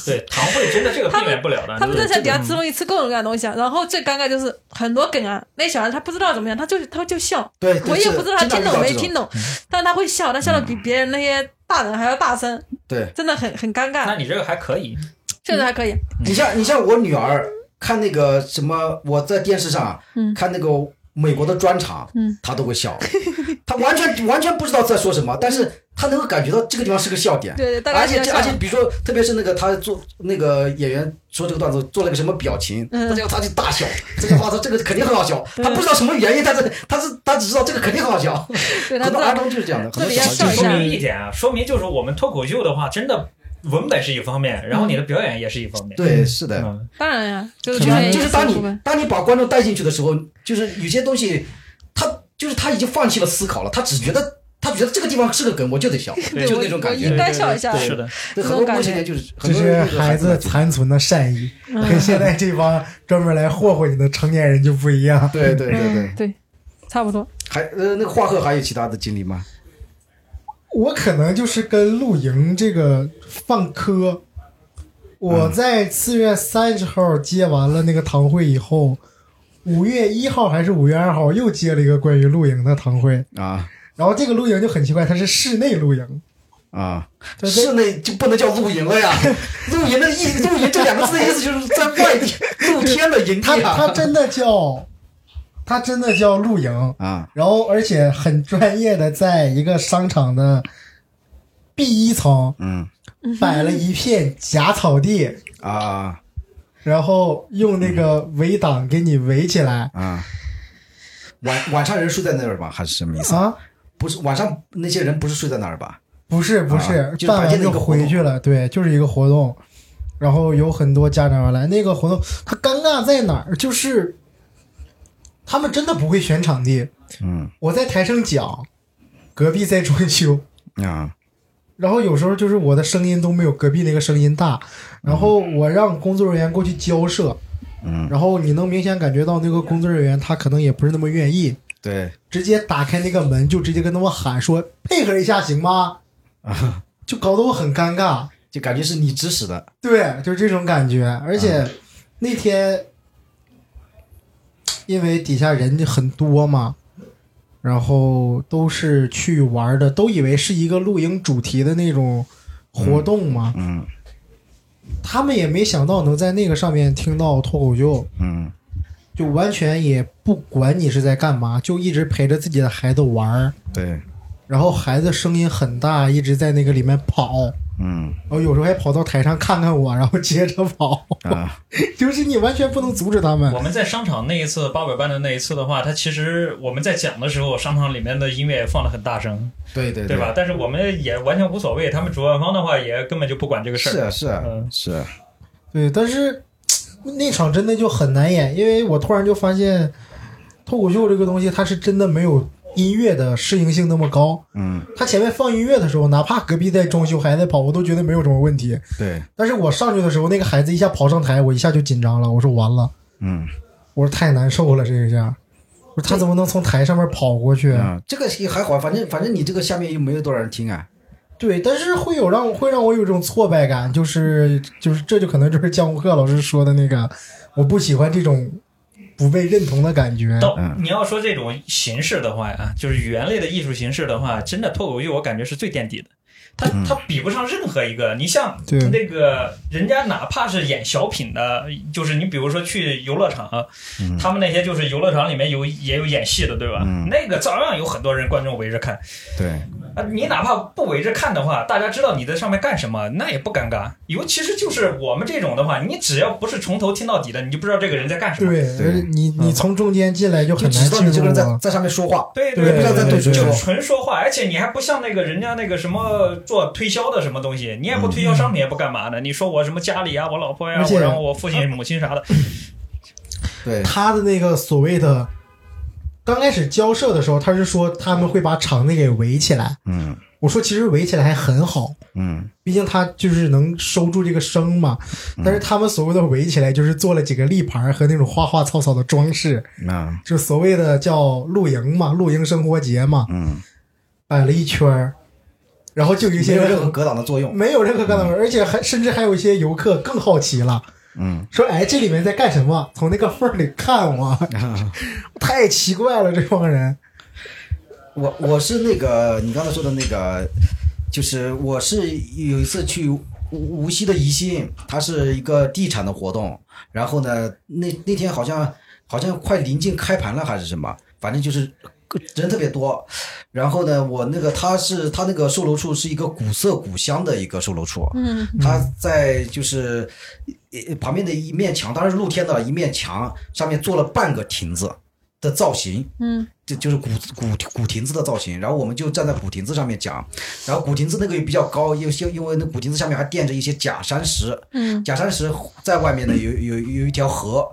对堂会真 的这个避免不了的。
他们
就
在
是
底下吃东西，吃各种各样的东西啊。然后最尴尬就是很多梗啊，那小孩子他不知道怎么样，他就他就笑，
对哎对
我也
是
不知道他
经常遇
听懂
到
没
这嗯
听懂，但他会笑，他笑的比别人那些大人还要大声，
对，
真的很很尴
那
尬，
你这个还可以，
确实还可以，
你像你像我女儿看那个什么，我在电视上啊
嗯
看那个美国的专场，
嗯
她都会笑， 她完全完全不知道在说什么，但是她能够感觉到这个地方是个笑点。
嗯对对，大概
而
是
且
这
这
样
而且，比如说，特别是那个他做那个演员说这个段子做了个什么表情，
嗯
大家他就大笑，这个话说这个肯定很好笑，他不知道什么原因，但是他是他只知道这个肯定很好笑，
对他
很
知
多
道
儿童就是这样的，很
这
多
里
小
要
孩就
就
笑一
是
说
下
明一点啊，说明就是我们脱口秀的话，真的文本是一方面，然后你的表演也是一方面。
对，是的，
嗯，
当然呀，就是
就
表演
是就是
艺术
当
部分
你当你把观众带进去的时候，就是有些东西，他就是他已经放弃了思考了，他只觉得他觉得这个地方是个梗，我就得 笑，
对
就那种感
我应
觉。
该笑一下
对对对是的，
对
这
很
种
多
感
未
觉
成年就是很
这
多
是
人
孩子残存的善意，
嗯
跟现在这帮专门来霍霍你的成年人就不一样。
对对对对
嗯，，对，差不多。
还呃那个画鹤还有其他的经历吗？
我可能就是跟露营这个放科，我在四月三十号接完了那个堂会以后，五月一号还是五月二号又接了一个关于露营的堂会，
啊
然后这个露营就很奇怪，它是室内露营，
啊，
对对
室内就不能叫露营了呀，露营的意露营这两个字的意思就是在外地露天的营
它
地
它
啊
真的叫，它真的叫露营，
啊
然后而且很专业的，在一个商场的 B 一层
嗯
摆了一片假草地，
啊
然后用那个围挡给你围起来。
嗯啊，晚晚上人睡在那儿吧，还是什么意思？
啊，
不是晚上那些人不是睡在那儿吧？
不是不是，
啊就是
办
白天
完
的一
就
个活动
回去了，对，就是一个活动，然后有很多家长要来。那个活动它尴尬在哪儿？就是他们真的不会选场地。
嗯
我在台上讲，隔壁在装修，
啊
然后有时候就是我的声音都没有隔壁那个声音大，然后我让工作人员过去交涉，
嗯，
然后你能明显感觉到那个工作人员他可能也不是那么愿意，
对
直接打开那个门就直接跟他们喊说配合一下行吗？
啊，
就搞得我很尴尬，
就感觉是你指使的
对，就是这种感觉。而且那天因为底下人很多嘛，然后都是去玩的，都以为是一个露营主题的那种活动嘛，
嗯
他们也没想到能在那个上面听到脱口秀，
嗯
就完全也不管你是在干嘛，就一直陪着自己的孩子玩儿，
对
然后孩子声音很大，一直在那个里面跑，
嗯
然后有时候还跑到台上看看我，然后接着跑，
啊
就是你完全不能阻止他们
我。们在商场那一次八百班的那一次的话，它其实我们在讲的时候，商场里面的音乐也放的很大声，
对对
对吧？？但是我们也完全无所谓，他们主办方的话也根本就不管这个事
是
儿。
啊是啊
嗯
是啊
对，但是那场真的就很难演，因为我突然就发现，脱口秀这个东西，它是真的没有音乐的适应性那么高。
嗯，
它前面放音乐的时候，哪怕隔壁在装修还在跑，我都觉得没有什么问题。
对，
但是我上去的时候，那个孩子一下跑上台，我一下就紧张了。我说完了，
嗯
我说太难受了，这一下，我说他怎么能从台上面跑过去？
啊，
这个也还好，反正反正你这个下面又没有多少人听啊。
对，但是会有让会让我有一种挫败感，就是就是这就可能就是江湖鹤老师说的那个，我不喜欢这种不被认同的感觉。
到
嗯
你要说这种形式的话啊，就是语言类的艺术形式的话，真的脱口秀我感觉是最垫底的，它
嗯
它比不上任何一个。你像
对
那个人家哪怕是演小品的，就是你比如说去游乐场，他们那些就是游乐场里面有也有演戏的，对吧？
嗯
那个照样有很多人观众围着看
对，
啊。你哪怕不围着看的话，大家知道你在上面干什么，那也不尴尬。尤其是就是我们这种的话，你只要不是从头听到底的，你就不知道这个人在干什么。
对，
对
而且你你从中间进来就
嗯就
很
只
难啊
知道你这
进
个
入
人在
了。
在上面说话，
对
对
也不知道在对谁
就
说。
纯说话，而且你还不像那个人家那个什么做推销的什么东西，你也不推销商品，也不干嘛的。你说我什么家里啊，我老婆呀、
而且
我然后我父亲、母亲啥的，
对，
他的那个所谓的刚开始交涉的时候，他是说他们会把场内给围起来。
嗯
我说其实围起来还很好，
嗯
毕竟他就是能收住这个声嘛。
嗯
但是他们所谓的围起来，就是做了几个立牌儿和那种花花草草的装饰，
啊
就所谓的叫露营嘛，露营生活节嘛，
嗯
摆了一圈儿，然后就有一
没
些
有
人
任何隔挡的作用。
没有任何干的门，而且还甚至还有一些游客更好奇了。
嗯
说哎，这里面在干什么？从那个缝儿里看我，太奇怪了，这帮人。
我我是那个你刚才说的那个，就是我是有一次去无无锡的宜兴，它是一个地产的活动，然后呢，那那天好像好像快临近开盘了还是什么，反正就是人特别多。然后呢，我那个它是它那个售楼处是一个古色古香的一个售楼处，
嗯，
它在就是呃旁边的一面墙，当然是露天的一面墙上面做了半个亭子的造型，
嗯，
这就是古古古亭子的造型。然后我们就站在古亭子上面讲，然后古亭子那个也比较高，因为因为那古亭子下面还垫着一些假山石，
嗯，
假山石在外面呢有有有一条河，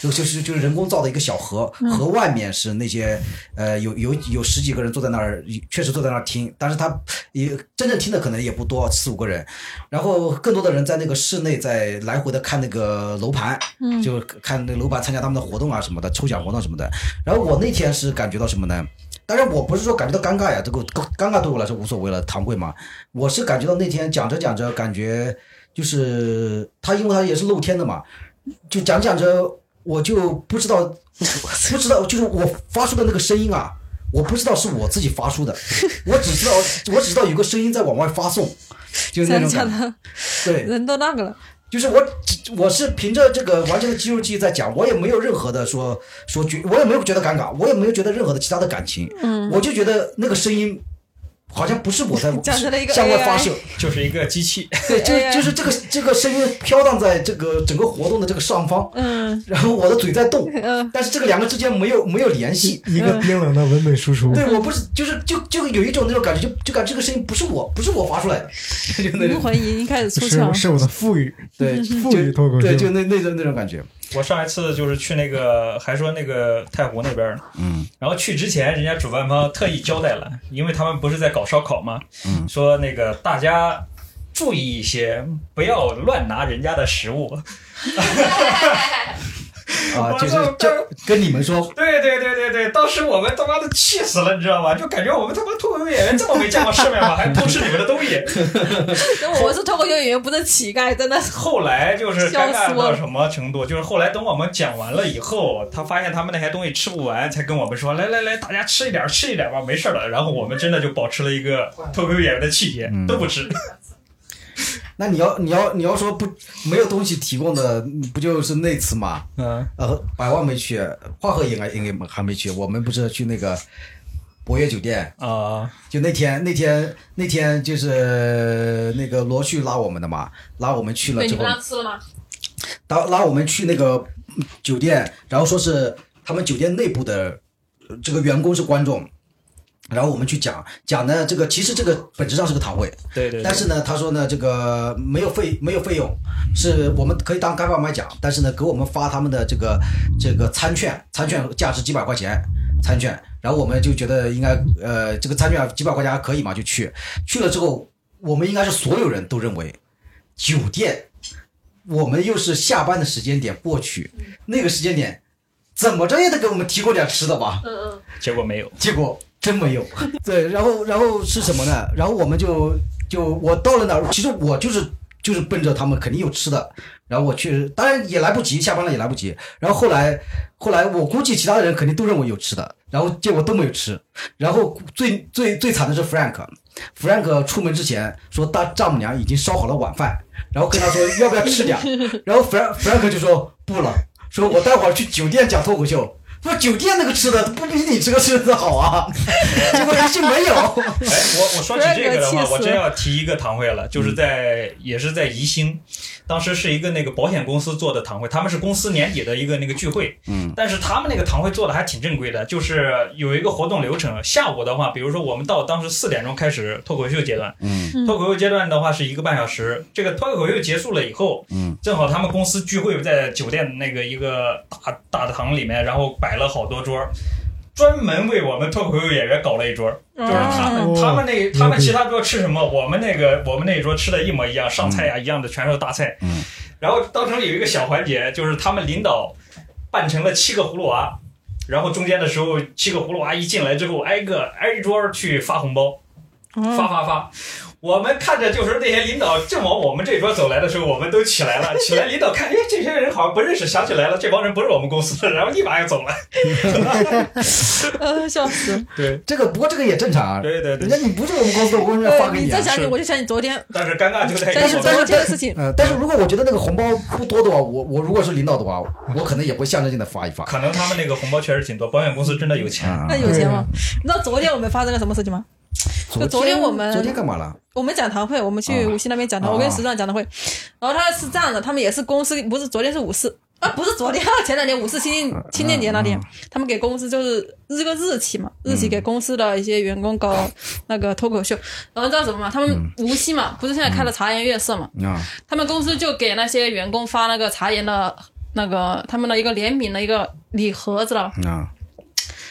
就就是就是人工造的一个小河，
嗯
河外面是那些呃有有有十几个人坐在那儿，确实坐在那儿听，但是他也真正听的可能也不多，四五个人，然后更多的人在那个室内在来回的看那个楼盘，
嗯
就看那个楼盘参加他们的活动啊什么的，抽奖活动什么的。然后我那天是感觉到什么呢？当然，我不是说感觉到尴尬呀，这个尴尬对我来说无所谓了，堂会嘛。我是感觉到那天讲着讲着，感觉就是他，因为他也是露天的嘛，就讲着讲着，我就不知道， 不知道，就是我发出的那个声音啊，我不知道是我自己发出的，我只知道，我只知道有个声音在往外发送，就是那
真的
种
假
感觉，
的？
对，
人都那个了，
就是我只，我是凭着这个完全的肌肉记忆在讲，我也没有任何的说说觉，我也没有觉得尴尬，我也没有觉得任何的其他的感情，
嗯，
我就觉得那个声音好像不是我在
讲成了一个
向外
AI
发射，
就是一个机器。
对，就
AI
就是这个这个声音飘荡在这个整个活动的这个上方，
嗯
然后我的嘴在动，
嗯
但是这个两个之间没有没有联系。
一个冰冷的文本输出，
嗯
对，我不是，就是就就有一种那种感觉，就就感觉这个声音不是我，不是我发出来的， 就那
灵
种，
魂已经开始出
是
窍，
是我的赋予，
对，
赋予脱口秀
对，就那那种那种感觉，
我上一次就是去那个，还说那个太湖那边呢，
嗯
然后去之前，人家主办方特意交代了，因为他们不是在搞烧烤吗？
嗯
说那个大家注意一些，不要乱拿人家的食物。
啊，
我
就是
操
就跟你们说
对对对对对，当时我们他妈的气死了，你知道吗？就感觉我们他妈脱口秀演员这么没见过世面吗？还偷吃你们的东西。
那我们是脱口秀演员，不是乞丐，真的是。
后来就是尴
笑死
尬
我
到
了
什么程度？就是后来等我们讲完了以后，他发现他们那些东西吃不完，才跟我们说：“来来来，大家吃一点儿，吃一点儿吧，没事儿的。”然后我们真的就保持了一个脱口秀演员的气节，
嗯
都不吃。
那你要你要你要说不没有东西提供的，不就是那次嘛？
嗯，
呃，百万没去，花河应该应该还没去。我们不是去那个博悦酒店，
啊，
就那天那天那天就是那个罗旭拉我们的嘛，拉我们去了
对，
之
你
后
们，让吃了吗？
拉拉我们去那个酒店，然后说是他们酒店内部的呃这个员工是观众，然后我们去讲讲呢，这个其实这个本质上是个堂会，
对对对，
但是呢，他说呢，这个没有费没有费用，是我们可以当开放麦讲，但是呢，给我们发他们的这个这个餐券，餐券价值几百块钱，餐券，然后我们就觉得应该呃这个餐券几百块钱还可以嘛，就去去了之后，我们应该是所有人都认为酒店，我们又是下班的时间点过去，那个时间点怎么着也得给我们提供点吃的吧，
嗯嗯，
结果没有，
结果真没有。 对，然后然后是什么呢？然后我们就就我到了那儿，其实我就是就是奔着他们肯定有吃的，然后我去，当然也来不及，下班了也来不及。然后后来后来我估计其他的人肯定都认为有吃的，然后结果都没有吃。然后最最最惨的是 Frank。Frank 出门之前说，大丈母娘已经烧好了晚饭，然后跟他说要不要吃点 儿，然后 Frank Frank 就说不了，说我待会儿去酒店讲脱口秀，说酒店那个吃的不比你这个吃的好啊， 结果人家没有。
哎，我我说起这个的
不要给
话
我气，死
我真要提一个堂会了，
嗯
就是在、也是在宜兴，当时是一个那个保险公司做的堂会，他们是公司年底的一个那个聚会，嗯，但是他们那个堂会做的还挺正规的，就是有一个活动流程，下午的话，比如说我们到当时四点钟开始脱口秀阶段，
嗯
嗯
脱口秀阶段的话是一个半小时，这个脱口秀结束了以后，
嗯，
正好他们公司聚会在酒店那个一个大大堂里面，然后摆了好多桌儿，专门为我们脱口秀演员搞了一桌儿。就是他们、
哦
嗯他们那他们其他桌吃什么，我们那个我们那一桌吃的一模一样，上菜呀、啊一样的，全是大菜。
嗯。
然后当中有一个小环节，就是他们领导扮成了七个葫芦娃，然后中间的时候，七个葫芦娃一进来之后，挨个挨桌去发红包，发
嗯
发发。我们看着就是那些领导正往我们这桌走来的时候，我们都起来 了，起来领导看，哎，这些人好像不认识，想起来了，这帮人不是我们公司的，然后立马就走了。
呃，笑死。
对，
这个不过这个也正常啊，
对对
人
对
家你不是我们公司的，我为什 么要发
对
给
呃你
啊
再？想起，
是
我就想起昨天，
但是尴尬就在于
想起
我们
昨天的事情。
呃，但是如果我觉得那个红包不多的话，我我如果是领导的话，我可能也会象征性的发一发。
可能他们那个红包确实挺多，保险公司真的有钱。
啊
那有钱吗？你知道昨天我们发生了什么事情吗？就昨天我们
啊昨天干嘛了？
我们讲堂会，我们去
啊
无锡那边讲堂，我
啊
跟石长讲堂会，然后他是这样的，他们也是公司，不是昨天是五四啊，不是昨天，前两天五四青
嗯
年青年节那天，他们给公司就是这个日期嘛，日期给公司的一些员工搞那个脱口秀，然后知道什么吗？他们无锡嘛，不是现在开了茶颜悦色嘛，
啊，
他们公司就给那些员工发那个茶颜的那个他们的一个联名的一个礼盒子了，
啊，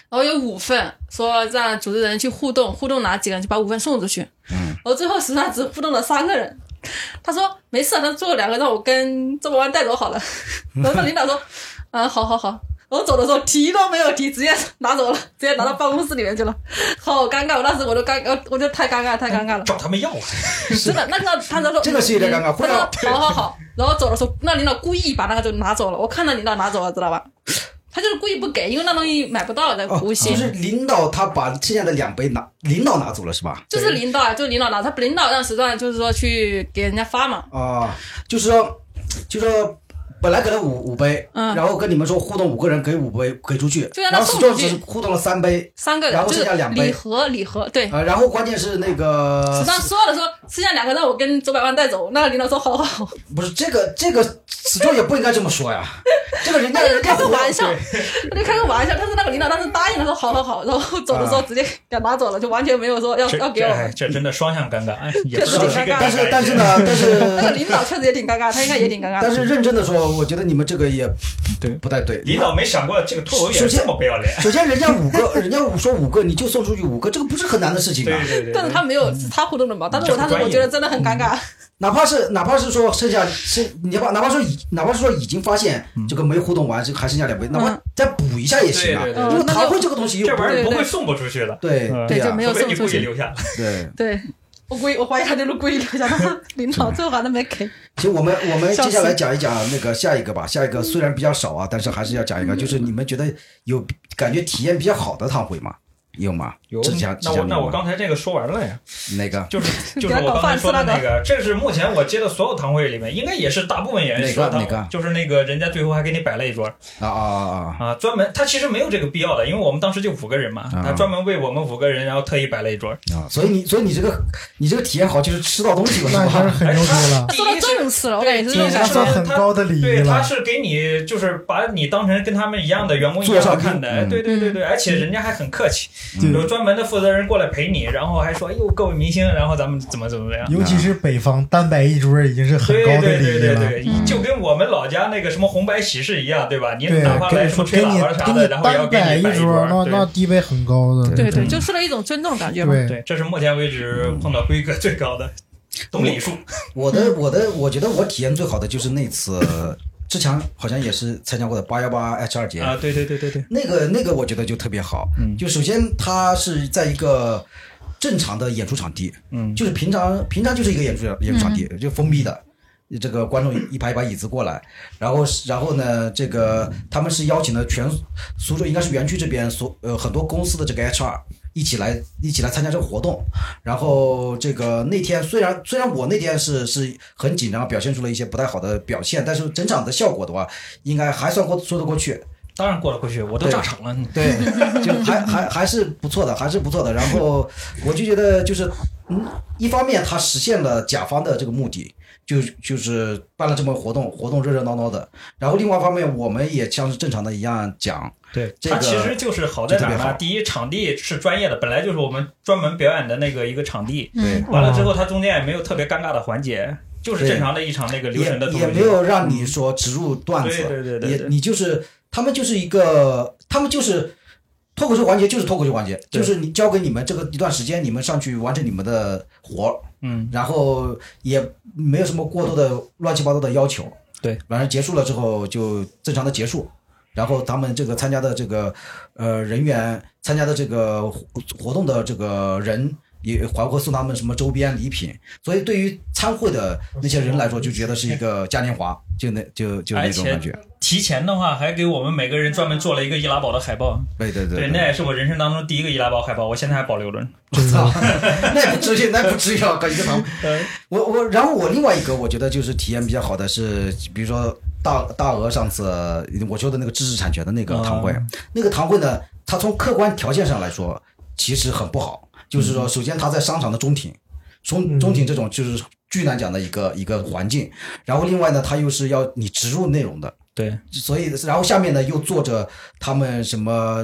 然后有五份，说让组织人去互动，互动哪几个人就把五份送出去。
嗯，
然后最后实际上只互动了三个人。他说没事啊，他做了两个，让我跟周伯安带走 好了。然后那领导说，嗯，好好好。我走的时候提都没有提，直接拿走了，直接拿到办公室里面去了，好尴尬！我当时我都尴，我我就太尴尬，太尴尬了。
找他们要 啊！
真的，那个他他说
这个是有点尴尬
嗯
会让
他说好好好，然后走的时候，那领导故意把那个就拿走了，我看到领导拿走了，知道吧？他就是故意不给，因为那东西买不到，在
哦，
无锡、
就是领导他把剩下的两杯拿，领导拿走了是吧？
就是领导啊，就是领导拿，他领导让时段就是说去给人家发嘛，
啊，就是说，就是说。本来给了五五杯，
嗯
然后跟你们说互动五个人给五杯给出去，
就让他
然后始
送出
终
去
只互动了三杯，
三个
然
人
后
就
剩
是
下两杯
礼盒礼盒，对。
呃，然后关键是那个
时段说了说，剩下两个让我跟周百万带走，那个领导说好好好，
不是这个这个始终也不应该这么说呀，这个人 家
他就是
人家
哎开个
活
玩笑
对，
他就开个玩笑，但是那个领导当时答应了说好好好，然后走
啊
的时候直接给拿走了，就完全没有说要
这
要给
这
我
哎
们。
这真的双向尴尬，哎，也
确
不知
实
道是一个
挺尴尬
但是
尴尬
但是呢，但
那个
是
领导确实也挺尴尬，他应该也挺尴尬的
但。是认真的说，我觉得你们这个也
对
不太对。
领导没想过这个脱口秀
首
也
先
这么不要脸。
首先人家五个，人家说五个，你就送出去五个，这个不是很难的事情
对
啊。
对对
但是
对，
他没有，是他互动的嘛。但是我当时我觉得真的很
嗯
尴尬，
哪怕是哪怕是说剩下是哪怕哪怕说已哪怕是说已经发现这个没互动完，这个还剩下两杯，哪怕再补一下也行啊。
对对
对
这个堂会这个东西又
这
不
玩意
是
儿不会送不出去的，
对
嗯
对
对，就
呀
没有
除非
送
你
出
故意
去。
留下。
对。
对，我估计我怀疑他就是故意留 下，他领导最后还是没给。
行，我们我们
笑
接
死
下来讲一讲那个下一个吧。下一个虽然比较少啊，但是还是要讲一个，就是你们觉得有感觉体验比较好的堂会吗？有吗？之前
那我那我刚才这个说完了呀，
哪个？
就是
不
就是
要
我
搞
刚才
饭
说的
吃那
那个，这是目前我接的所有堂会里面，应该也是大部分演员说
哪个
的
哪个
就是那个人家最后还给你摆了一桌
啊啊啊！
啊，专门他其实没有这个必要的，因为我们当时就五个人嘛，
啊
他专门为我们五个人然后特意摆了一桌。
啊啊！所以你所以你这个你这个体验好就是吃到东西了
那
是
还是
吧？
很牛逼了
他。说到正事了，我感觉是
第
这
一
种
是
感
那
觉。
算很高的礼仪
对，他
了。
是给你就是把你当成跟他们一样的员工一样的看
坐上
待，
宾
对对对对，而且人家还很客气，
嗯对
有专门的负责人过来陪你，然后还说，哎呦，各位明星，然后咱们怎么怎么样。
尤其是北方单摆一桌已经是很
对
高的
对
礼
对
仪
对
了。
对，就跟我们老家那个什么红白喜事一样，对吧？你
对，
哪怕来什么
给
吹
给
喇
你
叭啥
给
的，
你
然后也要
单
给
摆
你摆
桌
桌，
儿，那
对
那地位很高的。
对对，就是了一种尊重感觉嘛。
对，嗯
对，这是目前为止碰到规格最高的懂礼数。
我的我的，我觉得我体验最好的就是那次，之前好像也是参加过的八幺八 H 二节
啊，对对对对对，
那个那个我觉得就特别好，就首先它是在一个正常的演出场地，
嗯
就是平常平常就是一个演出演出场地，就封闭的。这个观众一排一排椅子过来，然后然后呢，这个他们是邀请了全苏州，应该是园区这边所呃很多公司的这个 HR 一起来一起来参加这个活动。然后这个那天虽然虽然我那天是是很紧张，表现出了一些不太好的表现，但是整场的效果的话，应该还算过说得过去。
当然过了过去，我都炸场了。
对，就还还还是不错的，还是不错的。然后我就觉得就是，嗯，一方面它实现了甲方的这个目的，就就是办了这么个活动，活动热热闹闹的。然后另外一方面，我们也像是正常的一样讲，
对，
这
它
个
其实就是好在哪
就
儿
特别好
呢？第一，场地是专业的，本来就是我们专门表演的那个一个场地。
对，
完了之后，它中间也没有特别尴尬的环节，就
嗯
是
对
正常的一场那个流程的
也
东
也
西。
没有让你说植入段子，
对对对对对
也你就是他们就是一个，他们就是。脱口秀环节就是脱口秀环节，
对
就是你交给你们这个一段时间，你们上去完成你们的活儿，
嗯，
然后也没有什么过多的乱七八糟的要求。
对，
反正结束了之后就正常的结束。然后他们这个参加的这个呃人员参加的这个活活动的这个人也还会送他们什么周边礼品，所以对于参会的那些人来说，就觉得是一个嘉年华，就那就就那种感觉。
提前的话还给我们每个人专门做了一个易拉宝的海报。
对对
对，那也是我人生当中第一个易拉宝海报，我现在还保留着呢。
我操， 那不至于，那不至于啊！搞一个堂，我我，然后我另外一个我觉得就是体验比较好的是，比如说大大鹅上次我说的那个知识产权的那个堂会，
嗯
那个堂会呢，它从客观条件上来说其实很不好，就是说，首先它在商场的中庭，中中庭这种就是巨难讲的一个一个环境，然后另外呢，它又是要你植入内容的，
对，
所以然后下面呢又坐着他们什么，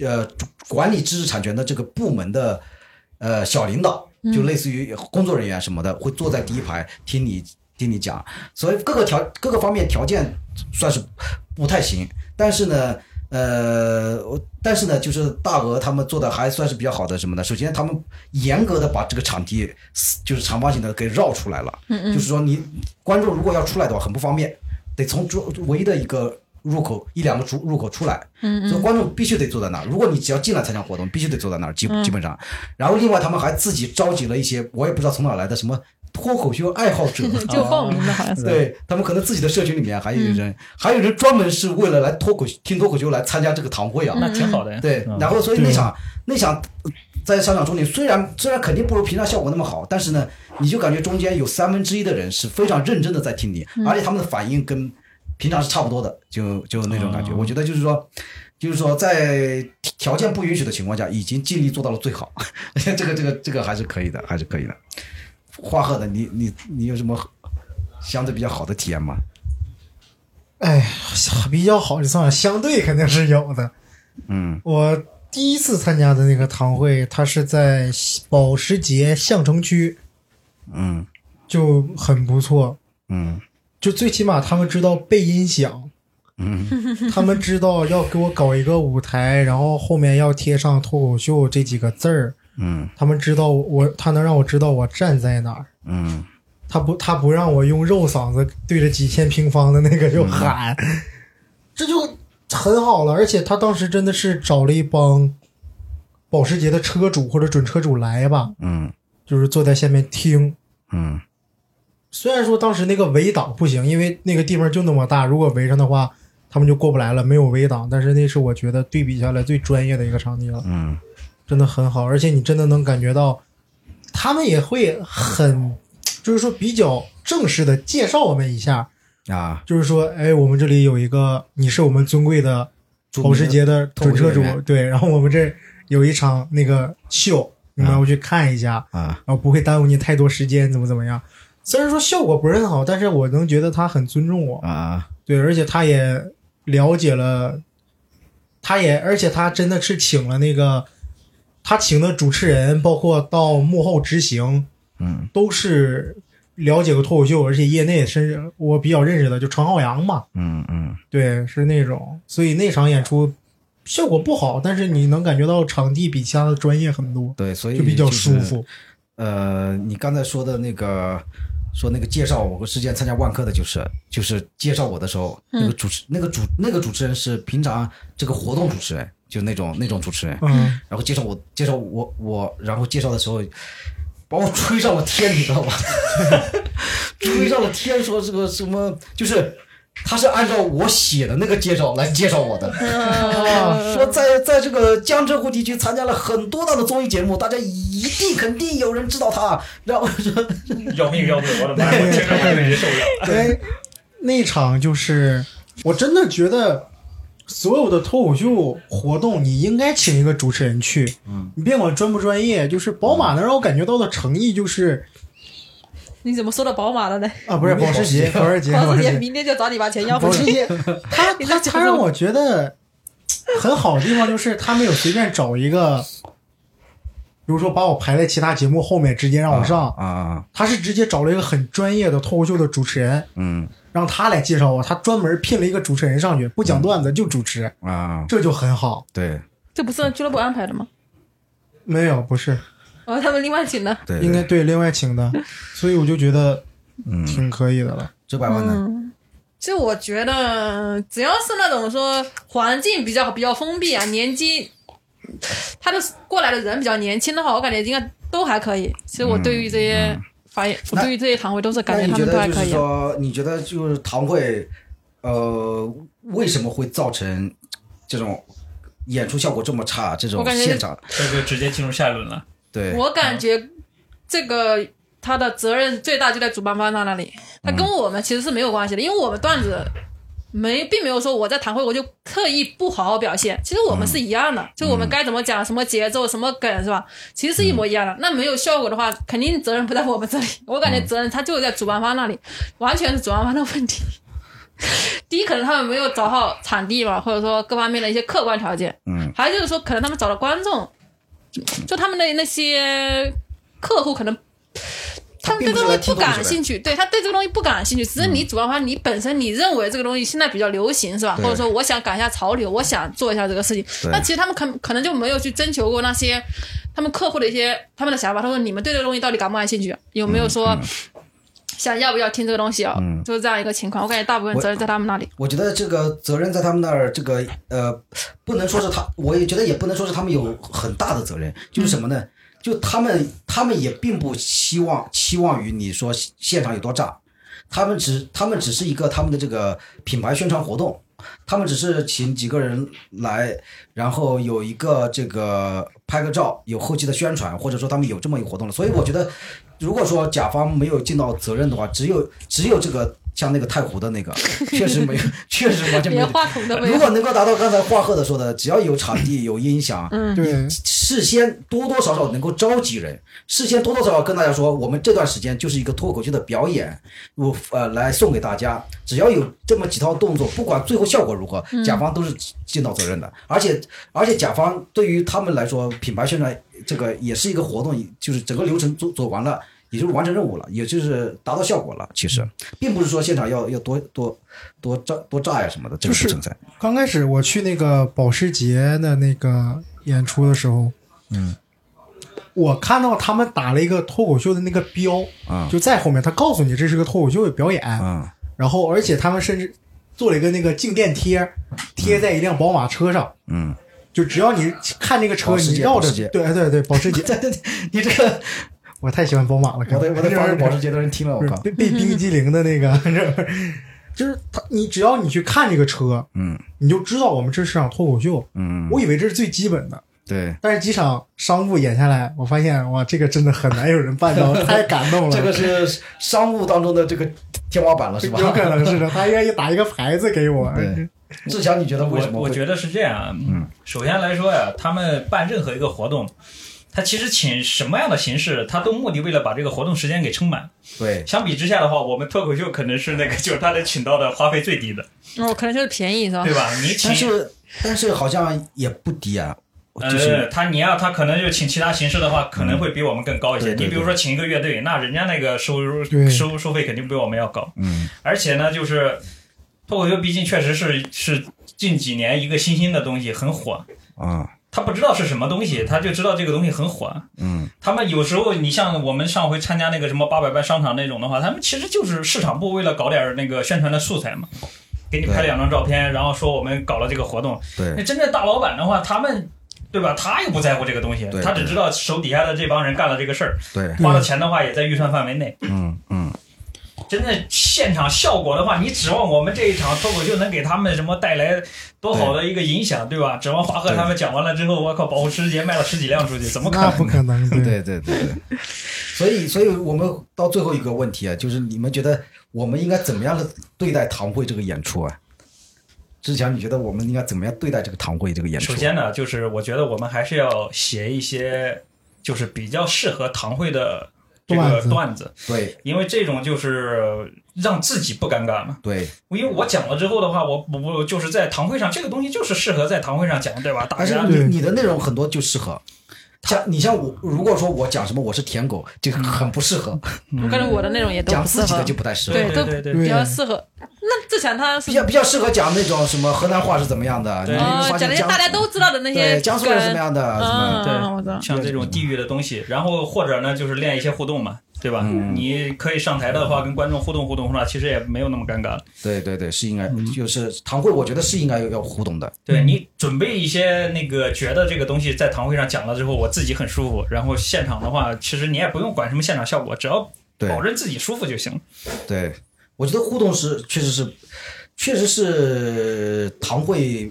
呃，管理知识产权的这个部门的呃小领导，就类似于工作人员什么的，会坐在第一排听你听你讲，所以各个条各个方面条件算是不太行，但是呢。呃，我但是呢，就是大鹅他们做的还算是比较好的什么呢？首先，他们严格的把这个场地就是长方形的给绕出来了，就是说你观众如果要出来的话很不方便，得从中唯一的一个入口一两个出入口出来，嗯所以观众必须得坐在那儿。如果你只要进来参加活动，必须得坐在那儿，基基本上。然后另外他们还自己召集了一些我也不知道从哪儿来的什么脱口秀爱好 者，
就报名的好像是。
对他们可能自己的社群里面还有人，还有人专门是为了来脱口听脱口秀来参加这个堂会啊，
那挺好的。
对
嗯，
然后所以那
对
场那场呃在商场中庭，虽然虽然肯定不如平常效果那么好，但是呢，你就感觉中间有三分之一的人是非常认真的在听你，而且他们的反应跟平常是差不多的，就就那种感觉。
哦
我觉得就是说，就是说在条件不允许的情况下，已经尽力做到了最好。 这个这个这个还是可以的，还是可以的。花鹤的，你你你有什么相对比较好的体验吗？
哎，比较好就算了，相对肯定是有的。
嗯，
我第一次参加的那个堂会，它是在保时捷相城区，
嗯
就很不错。
嗯
就最起码他们知道背音响，嗯， 他们知道要给我搞一个舞台，然后后面要贴上脱口秀这几个字儿，
嗯
他们知道我，他能让我知道我站在哪儿。
嗯
他不，他不让我用肉嗓子对着几千平方的那个就喊，这就很好了。而且他当时真的是找了一帮保时捷的车主或者准车主来吧，
嗯
就是坐在下面听。
嗯
虽然说当时那个围挡不行，因为那个地方就那么大，如果围上的话，他们就过不来了，没有围挡。但是那是我觉得对比下来最专业的一个场地了。
嗯
真的很好，而且你真的能感觉到，他们也会很，就是说比较正式的介绍我们一下，
啊，
就是说，哎，我们这里有一个，你是我们尊贵的保时捷的准车
著
主
名的脱口秀演员，
对，然后我们这有一场那个秀，你们要去看一下，
啊，
然后不会耽误你太多时间，怎么怎么样。虽然说效果不是很好，但是我能觉得他很尊重我，
啊
对，而且他也了解了他也而且他真的是请了那个他请的主持人，包括到幕后执行，
嗯，
都是了解过脱口秀，而且业内甚至我比较认识的就程浩洋嘛，
嗯嗯
对，是那种，所以那场演出效果不好，但是你能感觉到场地比其他的专业很多，
对，所以
就比较
是
舒服。
呃，你刚才说的那个，说那个介绍我之前参加万科的，就是就是介绍我的时候，那个主持那个主那个主持人是平常这个活动主持人，就那种那种主持人，
嗯，
然后介绍我介绍我我，然后介绍的时候，把我吹上了天，你知道 吧？吹上了天，说这个什么就是。他是按照我写的那个介绍来介绍我的，
哦
说在在这个江浙沪地区参加了很多档的综艺节目，大家一定肯定有人知道他。然后说
要命要命！我的妈呀，我听着有点受 不了。
对，那场就是我真的觉得。所有的脱口秀活动，你应该请一个主持人去，嗯，你别管专不专业，就是宝马能让我感觉到的诚意，就是
你怎么说到宝马了 呢？
啊，不是保时捷，保时捷，
保
保
时
时
捷
捷，
明天就找你把钱要回
保时
去。
捷，他
你在
他
讲
他
什
让
么
我觉得很好的地方就是他没有随便找一个，比如说把我排在其他节目后面，直接让我上，
啊 啊，
他是直接找了一个很专业的脱口秀的主持人，
嗯
让他来介绍我，他专门聘了一个主持人上去，不讲段子就主持，
啊，
这就很好。
对
这不是让俱乐部安排的吗？
没有，不是，
哦，他们另外请的。
对
应该对另外请的，所以我就觉得
嗯，
挺可以的了。
这百万
嗯
呢？
其实我觉得，只要是那种说环境比较比较封闭啊，年纪他的过来的人比较年轻的话，我感觉应该都还可以。其实我对于这些嗯发言，我
那
对于这些堂会都是感
那
觉
你
他
觉
们都
得
还
就
可
是
以。啊
说，你觉得就是堂会，呃，为什么会造成这种演出效果这么差？这种
我感觉
现场
这就直接进入下一轮了。
对，
我感觉这个他的责任最大就在主办方那那里，他跟我们其实是没有关系的，因为我们段子没并没有说我在堂会我就刻意不好好表现，其实我们是一样的，就我们该怎么讲、什么节奏、什么梗是吧？其实是一模一样的。那没有效果的话，肯定责任不在我们这里， 我感觉责任他就在主办方那里，完全是主办方的问题。 第一，可能他们没有找好场地嘛，或者说各方面的一些客观条件。
嗯，
还有就是说，可能他们找的观众，就他们的那些客户，可能他们对这个东西不感兴趣，对他对这个东西不感兴趣。只是你主办方你本身你认为这个东西现在比较流行是吧？
嗯对
或者说我想赶一下潮流，我想做一下这个事情。那其实他们可可能就没有去征求过那些他们客户的一些他们的想法。他说你们对这个东西到底感不感兴趣？有没有
嗯
说想要不要听这个东西啊？就是这样一个情况。我感觉大部分责任在他们那里。
我觉得这个责任在他们那儿，这个呃，不能说是他，我也觉得也不能说是他们有很大的责任，就是什么呢？就他们他们也并不希望期望于你说现场有多炸，他们只他们只是一个他们的这个品牌宣传活动，他们只是请几个人来，然后有一个这个拍个照，有后期的宣传，或者说他们有这么一个活动了。所以我觉得，如果说甲方没有尽到责任的话，只有只有这个像那个太湖的那个，确实没有，确实完全没
连
有。
话筒
哎
都没
如
有。
果能够达到刚才华赫的说的，只要有场地有音响，
对，
事先多多少少能够召集人，事先多多少少跟大家说，我们这段时间就是一个脱口秀的表演，我呃来送给大家。只要有这么几套动作，不管最后效果如何，
嗯
甲方都是尽到责任的。而且而且甲方对于他们来说，品牌宣传这个也是一个活动，就是整个流程做做完了。也就是完成任务了，也就是达到效果了。其实，并不是说现场要要多多多炸多炸呀什么的，这个
就是
不存在。
刚开始我去那个保时捷的那个演出的时候，嗯，我看到他们打了一个脱口秀的那个标，
啊
就在后面，他告诉你这是个脱口秀的表演，
啊
然后而且他们甚至做了一个那个静电贴，贴在一辆宝马车上，
嗯，
就只要你看这个车，
保时
你
捷
绕
保
着
时捷，
对对对，保时捷，
你这个，
我太喜欢宝马了，
我得我得发给保时
捷。
捷的人听了，我
不是
靠。
被被冰激凌的那个， 就是他，你只要你去看这个车，
嗯，
你就知道我们这是场脱口秀，
嗯，
我以为这是最基本的，
对，
但是几场商务演下来，我发现哇，这个真的很难有人办到， 太感动了。
这个是商务当中的这个天花板了，是吧？
有可能是的，他愿意打一个牌子给我。
对志强，你觉得为
我
什么
我
会？
觉得是这样，嗯，首先来说呀，他们办任何一个活动，他其实请什么样的形式，他都目的为了把这个活动时间给撑满。
对，
相比之下的话，我们脱口秀可能是那个就是他能请到的花费最低的，
哦，可能就是便宜是 吧
对？吧？你
但
请
啊是但是好像也不低啊，就是
呃，他你要他可能就请其他形式的话，可能会比我们更高一
对
些。
对对
你比如说请一个乐队，那人家那个收入
对
收收费肯定比我们要高。
嗯
而且呢，就是脱口秀，毕竟确实是是近几年一个新兴的东西，很火。
啊
他不知道是什么东西，他就知道这个东西很火。
嗯
他们有时候，你像我们上回参加那个什么八百万商场那种的话，他们其实就是市场部为了搞点那个宣传的素材嘛，给你拍
对
两张照片，然后说我们搞了这个活动。 那
对
真正大老板的话，他们对吧？他也不在乎这个东西
对，
他只知道手底下的这帮人干了这个事儿，
对
花了钱的话也在预算范围内。
嗯嗯
真的现场效果的话，你指望我们这一场脱口秀能给他们什么带来多好的一个影响，对吧？指望华贺他们讲完了之后，我靠，保护世界卖了十几辆出去，怎么可
那
能？
不可能，对
对对对对，所以所以我们到最后一个问题啊，就是你们觉得我们应该怎么样对待堂会这个演出啊？志强，你觉得我们应该怎么样对待这个堂会这个演出？
首先呢，就是我觉得我们还是要写一些就是比较适合堂会的这
段
个
子
段子，
对
因为这种就是让自己不尴尬嘛。
对，
因为我讲了之后的话，我我我就是在堂会上，这个东西就是适合在堂会上讲，对吧？大
但是
家
对
你你的内容很多就适合。像你像我，如果说我讲什么我是舔狗，就
嗯
很不适合，
我感觉我的内容也
嗯
都
讲
不适
自己的
合
就，不太适合。
对
对
都
对对
对
比较适合。那志强他是
比较比较适合讲那种什么河南话是怎么样的，
对
你
哦，
发
讲那
现
些
江
大家都知道的那些
对江苏人是什么样的，啊
梗
什么
嗯，
对
嗯我
啊
知道。
像这种地域的东西，然后或者呢，就是练一些互动嘛，对吧？
嗯
你可以上台的话，跟观众互动互动的话，其实也没有那么尴尬了。
对对对，是应该，
嗯
就是堂会，我觉得是应该要互动的。
对你准备一些那个觉得这个东西在堂会上讲了之后，我自己很舒服，然后现场的话，其实你也不用管什么现场效果，只要
对
保证自己舒服就行。
对，我觉得互动是确实是，确实是堂会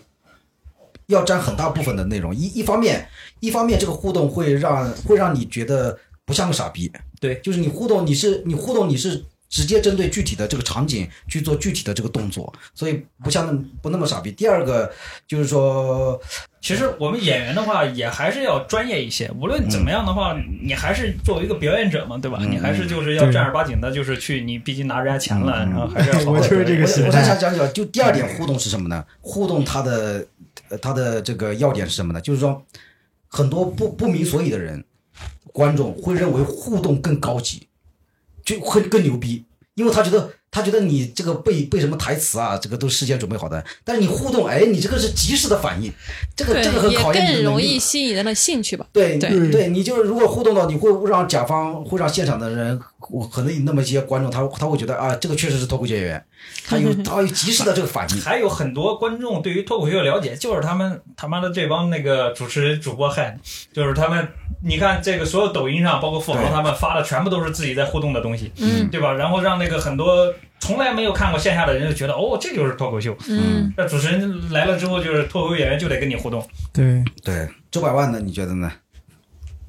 要占很大部分的内容。一一方面，一方面这个互动会让会让你觉得不像个傻逼，
对
就是你互动你是你互动你是。直接针对具体的这个场景去做具体的这个动作，所以不像那么不那么傻逼。第二个就是说，
其实我们演员的话，也还是要专业一些。无论怎么样的话，
嗯
你还是作为一个表演者嘛，对吧？你还是就是要
对
正儿八经的，就是去，你毕竟拿人家钱了，
嗯
然后还是要好好
我
地
就是这个
我
心
我再
态嗯
想讲讲，就第二点互动是什么呢？互动它的呃它的这个要点是什么呢？就是说，很多不不明所以的人，观众会认为互动更高级，就会更牛逼，因为他觉得他觉得你这个背背什么台词啊，这个都是事先准备好的，但是你互动，哎，你这个是及时的反应，这个这个
对，
很
也
考验你
更
的能
容
力
易。吸引人的兴趣吧。
对
对
对你就是如果互动到，你会让甲方会让现场的人，我可能有那么一些观众，他他会觉得啊，这个确实是脱口秀演员，他有他有及时的这个反应。
还有很多观众对于脱口秀的了解，就是他们他妈的这帮那个主持人主播害，就是他们，你看这个所有抖音上，包括富豪
对
他们发的，全部都是自己在互动的东西，
嗯
对吧？然后让那个很多从来没有看过线下的人就觉得，哦，这就是脱口秀。
嗯，
那主持人来了之后，就是脱口秀演员就得跟你互动。
对，
对，周百万呢？你觉得呢？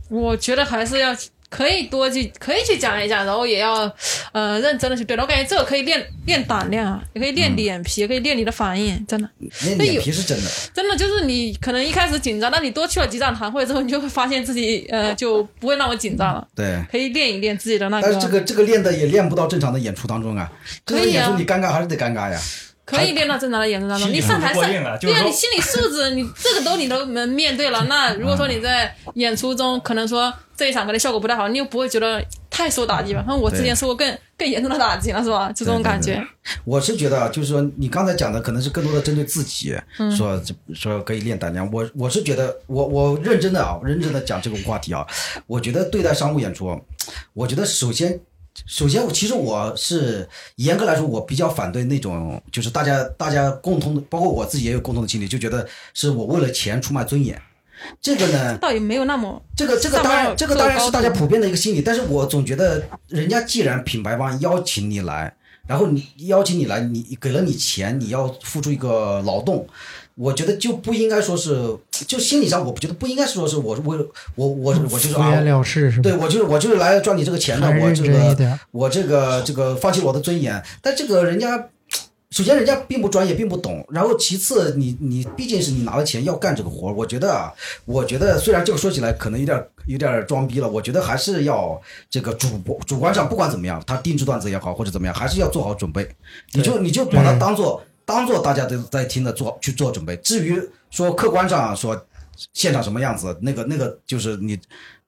我觉得还是要可以多去，可以去讲一讲，然后也要呃认真的去对。我感觉这个可以练练胆量啊，也可以练脸皮，也可以练你的反应，真的，
那
那有
脸皮是真的，
真的就是你可能一开始紧张，但你多去了几场堂会之后，你就会发现自己呃就不会那么紧张了。
对。
可以练一练自己的那
但是这个
个，
这个练的也练不到正常的演出当中啊，正常
啊可以
演
啊
出你尴尬还是得尴尬呀。
可以练到正常的演出当中。
心理
你上台
素质
上
过硬了，就
对
是
啊，
说嗯
你心理素质，你这个都你都能 面对了。那如果说你在演出中，可能说这一场可能效果不太好，你又不会觉得太受打击吧？像我之前受过更更严重的打击了，是吧？就这种感觉。
我是觉得啊，就是说你刚才讲的可能是更多的针对自己，说说可以练胆量。我我是觉得，我我认真的啊，认真的讲这个话题啊，我觉得对待商务演出，啊我觉得首先。首先，其实我是严格来说，我比较反对那种，就是大家大家共同的，包括我自己也有共同的经历，就觉得是我为了钱出卖尊严。这个呢，
倒也没有那么
这个这个
上
当
班
然
要
这个
做
当然
高
是大家
度
普遍的一个心理，但是我总觉得人家既然品牌方邀请你来，然后你邀请你来，你给了你钱，你要付出一个劳动，我觉得就不应该说是，就心理上我不觉得不应该说是我为了我我我就是
敷衍
啊。
了事是吧？
对，我就是我就是来赚你这个钱的
还，
我
认
这
真一
个
点，
我这个这个放弃了我的尊严，但这个人家，首先人家并不专业，并不懂，然后其次你你毕竟是你拿了钱要干这个活儿，我觉得啊，我觉得虽然这个说起来可能有点有点装逼了，我觉得还是要这个主播主观上不管怎么样，他定制段子也好或者怎么样，还是要做好准备，你就你就把它当做当做大家都在听的做去做准备。至于说客观上说现场什么样子，那个那个就是你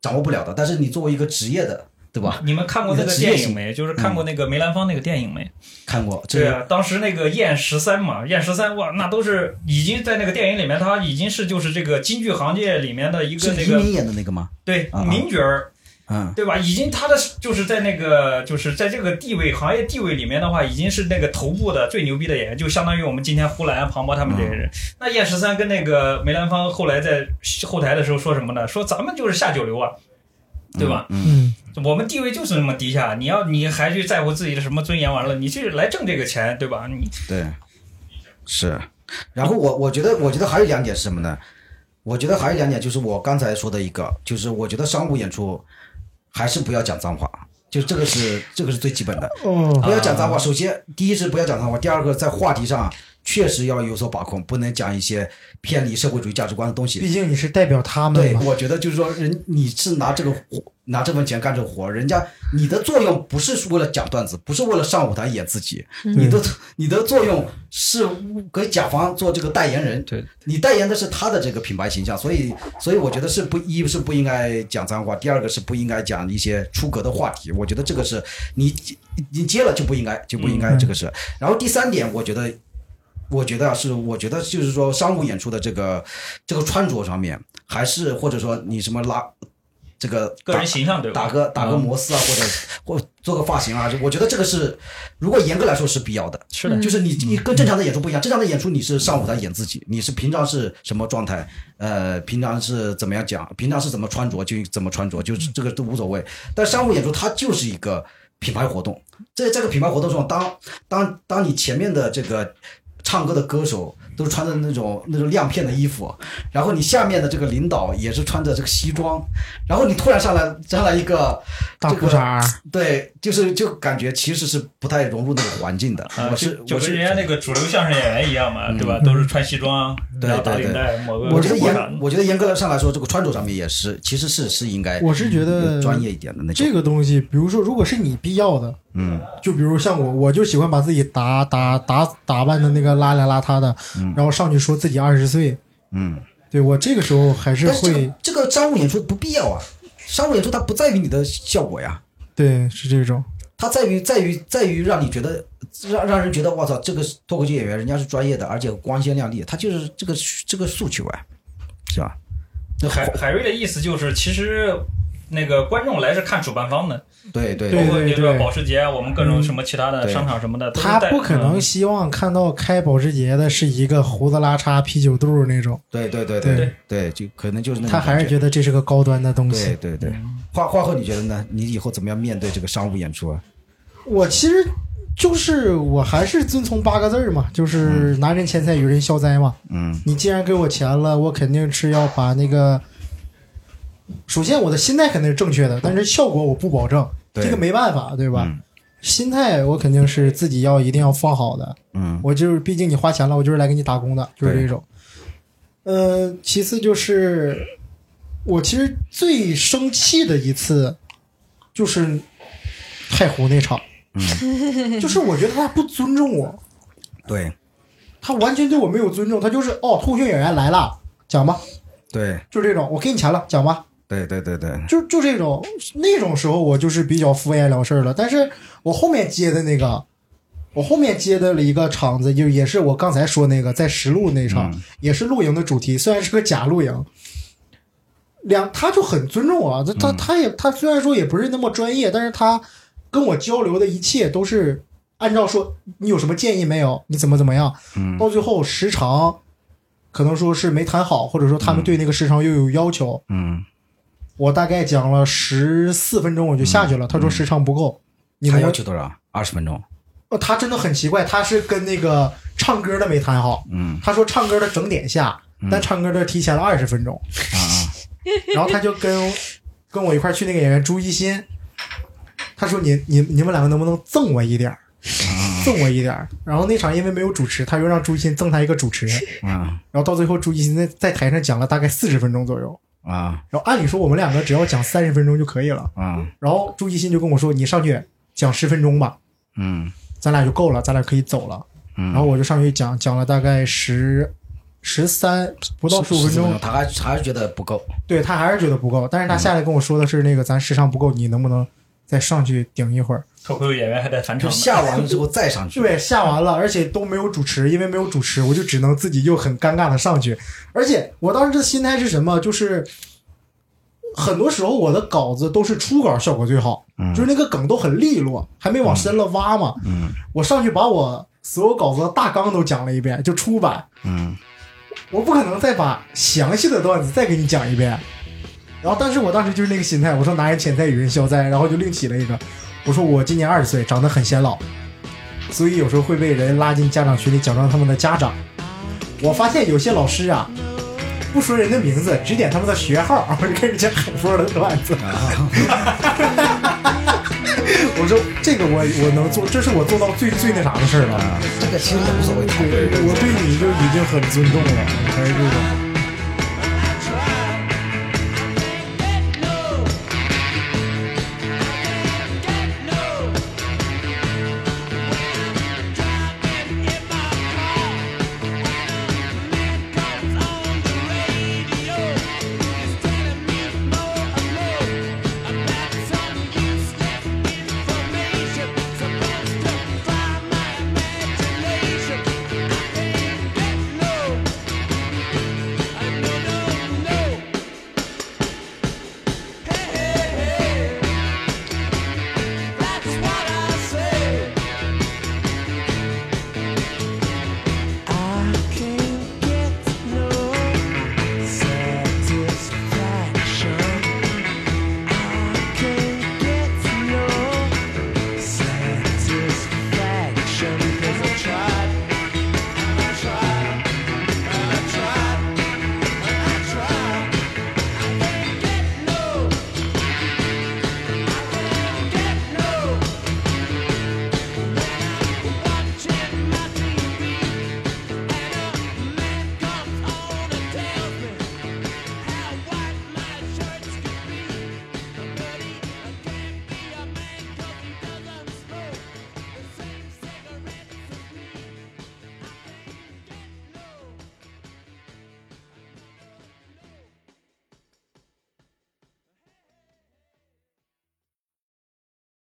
掌握不了的。但是你作为一个职业的，对吧？
你们看过那个电影没？就是看过那个梅兰芳那个电影没？
看过嗯这
对
个
啊，当时那个燕十三嘛，燕十三哇，那都是已经在那个电影里面，他已经是就是这个京剧行业里面的一个
是
啊那
黎
个
明演的那个吗？
对
啊
名角儿，
嗯，
对吧？已经他的就是在那个就是在这个地位行业地位里面的话，已经是那个头部的最牛逼的演员，就相当于我们今天呼兰、庞博他们这些
嗯
人。那燕十三跟那个梅兰芳后来在后台的时候说什么呢？说咱们就是下九流啊，对吧？
嗯？
嗯，
我们地位就是那么低下，你要你还去在乎自己的什么尊严？完了，你去来挣这个钱，对吧？你
嗯，对，是。然后我我觉得我觉得还有两点是什么呢？我觉得还有两点就是我刚才说的一个，就是我觉得商务演出还是不要讲脏话，就这个是这个是最基本的。
哦，
不要讲脏话。首先，第一是不要讲脏话，第二个在话题上确实要有所把控，不能讲一些偏离社会主义价值观的东西。
毕竟你是代表他们
对，
嘛，
我觉得就是说，人你是拿这个活拿这份钱干这个活，人家你的作用不是为了讲段子，不是为了上舞台演自己，你的你的作用是给甲方做这个代言人，
对
你代言的是他的这个品牌形象，所以所以我觉得是不一是不应该讲脏话，第二个是不应该讲一些出格的话题，我觉得这个是你你接了就不应该就不应
嗯
该、这个是。然后第三点，我觉得我觉得啊是我觉得就是说商务演出的这个这个穿着上面，还是或者说你什么拉这个
个人形象对吧？
打个打个
嗯
摩丝啊，或者或做个发型啊，我觉得这个是，如果严格来说是必要的。
是的
就是你你跟正常的演出不一样，正常的演出你是上舞台演自己，你是平常是什么状态，呃，平常是怎么样讲，平常是怎么穿着就怎么穿着，
嗯
就是这个都无所谓。但商务演出它就是一个品牌活动，在这个品牌活动中，当当当你前面的这个唱歌的歌手都穿着那种那种亮片的衣服，然后你下面的这个领导也是穿着这个西装，然后你突然上来上来一个
大
这
裤
个
衩儿，
对，就是就感觉其实是不太融入那个环境的。
啊，
我
就是就
我
跟
是嗯
人家那个主流相声演员一样嘛，对吧？都是穿西装，
对
然后打
对
领
对
带，抹个
我觉得
头发
严，我觉得严格上来说，这个穿着上面也是，其实是是应该
我是觉得
哎专业一点的那种。
这个东西，比如说，如果是你必要的，
嗯，
就比如像我，我就喜欢把自己打打打打扮的那个邋里邋遢的，然后上去说自己二十岁，
嗯，
对我这个时候还是
但是这
会
个这个商务演出不必要啊，商务演出它不在于你的效果呀，
对是这种，
它在于在于在于让你觉得让让人觉得我操，这个脱口秀演员人家是专业的，而且光鲜亮丽，他就是这个这个诉求啊，是吧？这
海海瑞的意思就是，其实那个观众来是看主办方的，
对对
包
对
括那个
对嗯
保时捷，啊我们各种什么其他的
对
商场什么的，都是嗯
他
带
不
嗯
可能希望看到开保时捷的是一个胡子拉碴、啤酒肚那种，
对对对对，就可能就是那种
他还
感
是
觉
觉得这是个高端的东
对
西。
对对，花花后你觉得呢？你以后怎么样面对这个商务演出啊？
我其实就是我还是遵从八个字儿嘛，就是拿人钱财与人消灾嘛。
嗯
你既然给我钱了，我肯定是要把那个。首先，我的心态肯定是正确的，但是效果我不保证，
对
这个没办法，对吧？
嗯
心态我肯定是自己要一定要放好的。
嗯
我就是，毕竟你花钱了，我就是来给你打工的，就是
对
这种。呃，其次就是我其实最生气的一次就是太湖那场，就是我觉得他不尊重我，
对
他完全对我没有尊重，他就是哦，脱口秀演员来了，讲吧，
对
就这种，我给你钱了，讲吧，
对对对对，
就就这种那种时候，我就是比较敷衍了事儿了。但是我后面接的那个，我后面接的了一个场子，就也是我刚才说那个在石路那场，也是露营的主题，虽然是个假露营。两他就很尊重我，他啊他他也他虽然说也不是那么专业，但是他跟我交流的一切都是按照说你有什么建议没有，你怎么怎么样，到最后时长可能说是没谈好，或者说他们对那个时长又有要求，
嗯，
我大概讲了十四分钟，我就下去了。他说时长不够，你
嗯他
能
要求多少？二十分钟。
呃他真的很奇怪，他是跟那个唱歌的没谈好。
嗯
他说唱歌的整点下，但唱歌的提前了二十分钟。
啊啊，
然后他就跟跟我一块儿去那个演员朱一新，他说你你你们两个能不能赠我一点儿，
嗯
赠我一点儿。然后那场因为没有主持，他又让朱一新赠他一个 主持人。
啊
然后到最后，朱一新在在台上讲了大概四十分钟左右。
啊
然后按理说我们两个只要讲三十分钟就可以了。
啊，
然后朱一新就跟我说：“你上去讲十分钟吧，
嗯
咱俩就够了，咱俩可以走了。”然后我就上去讲，讲了大概十十三不到十嗯五分
14
钟，
他还还是觉得不够。
对他还是觉得不够。但是他下来跟我说的是那个咱时长不够，你能不能再上去顶一会儿？
脱口秀演员还在返
就
场呢。
下完了之后再上去，
对，下完了，而且都没有主持，因为没有主持，我就只能自己又很尴尬的上去。而且我当时的心态是什么？就是很多时候我的稿子都是初稿效果最好，就是那个梗都很利落，还没往深了挖嘛。
嗯
我上去把我所有稿子的大纲都讲了一遍，就初版，
嗯
我不可能再把详细的段子再给你讲一遍。然后，但是我当时就是那个心态，我说拿人钱财与人消灾，然后就另起了一个，我说我今年二十岁，长得很显老，所以有时候会被人拉进家长群里，假装他们的家长。我发现有些老师啊，不说人的名字，只点他们的学号， 就开始讲很多的段子。 我说这个我我能做，这是我做到最最那啥的事儿了。
这个其实也无所谓，他
对，我对你就已经很尊重了，还是。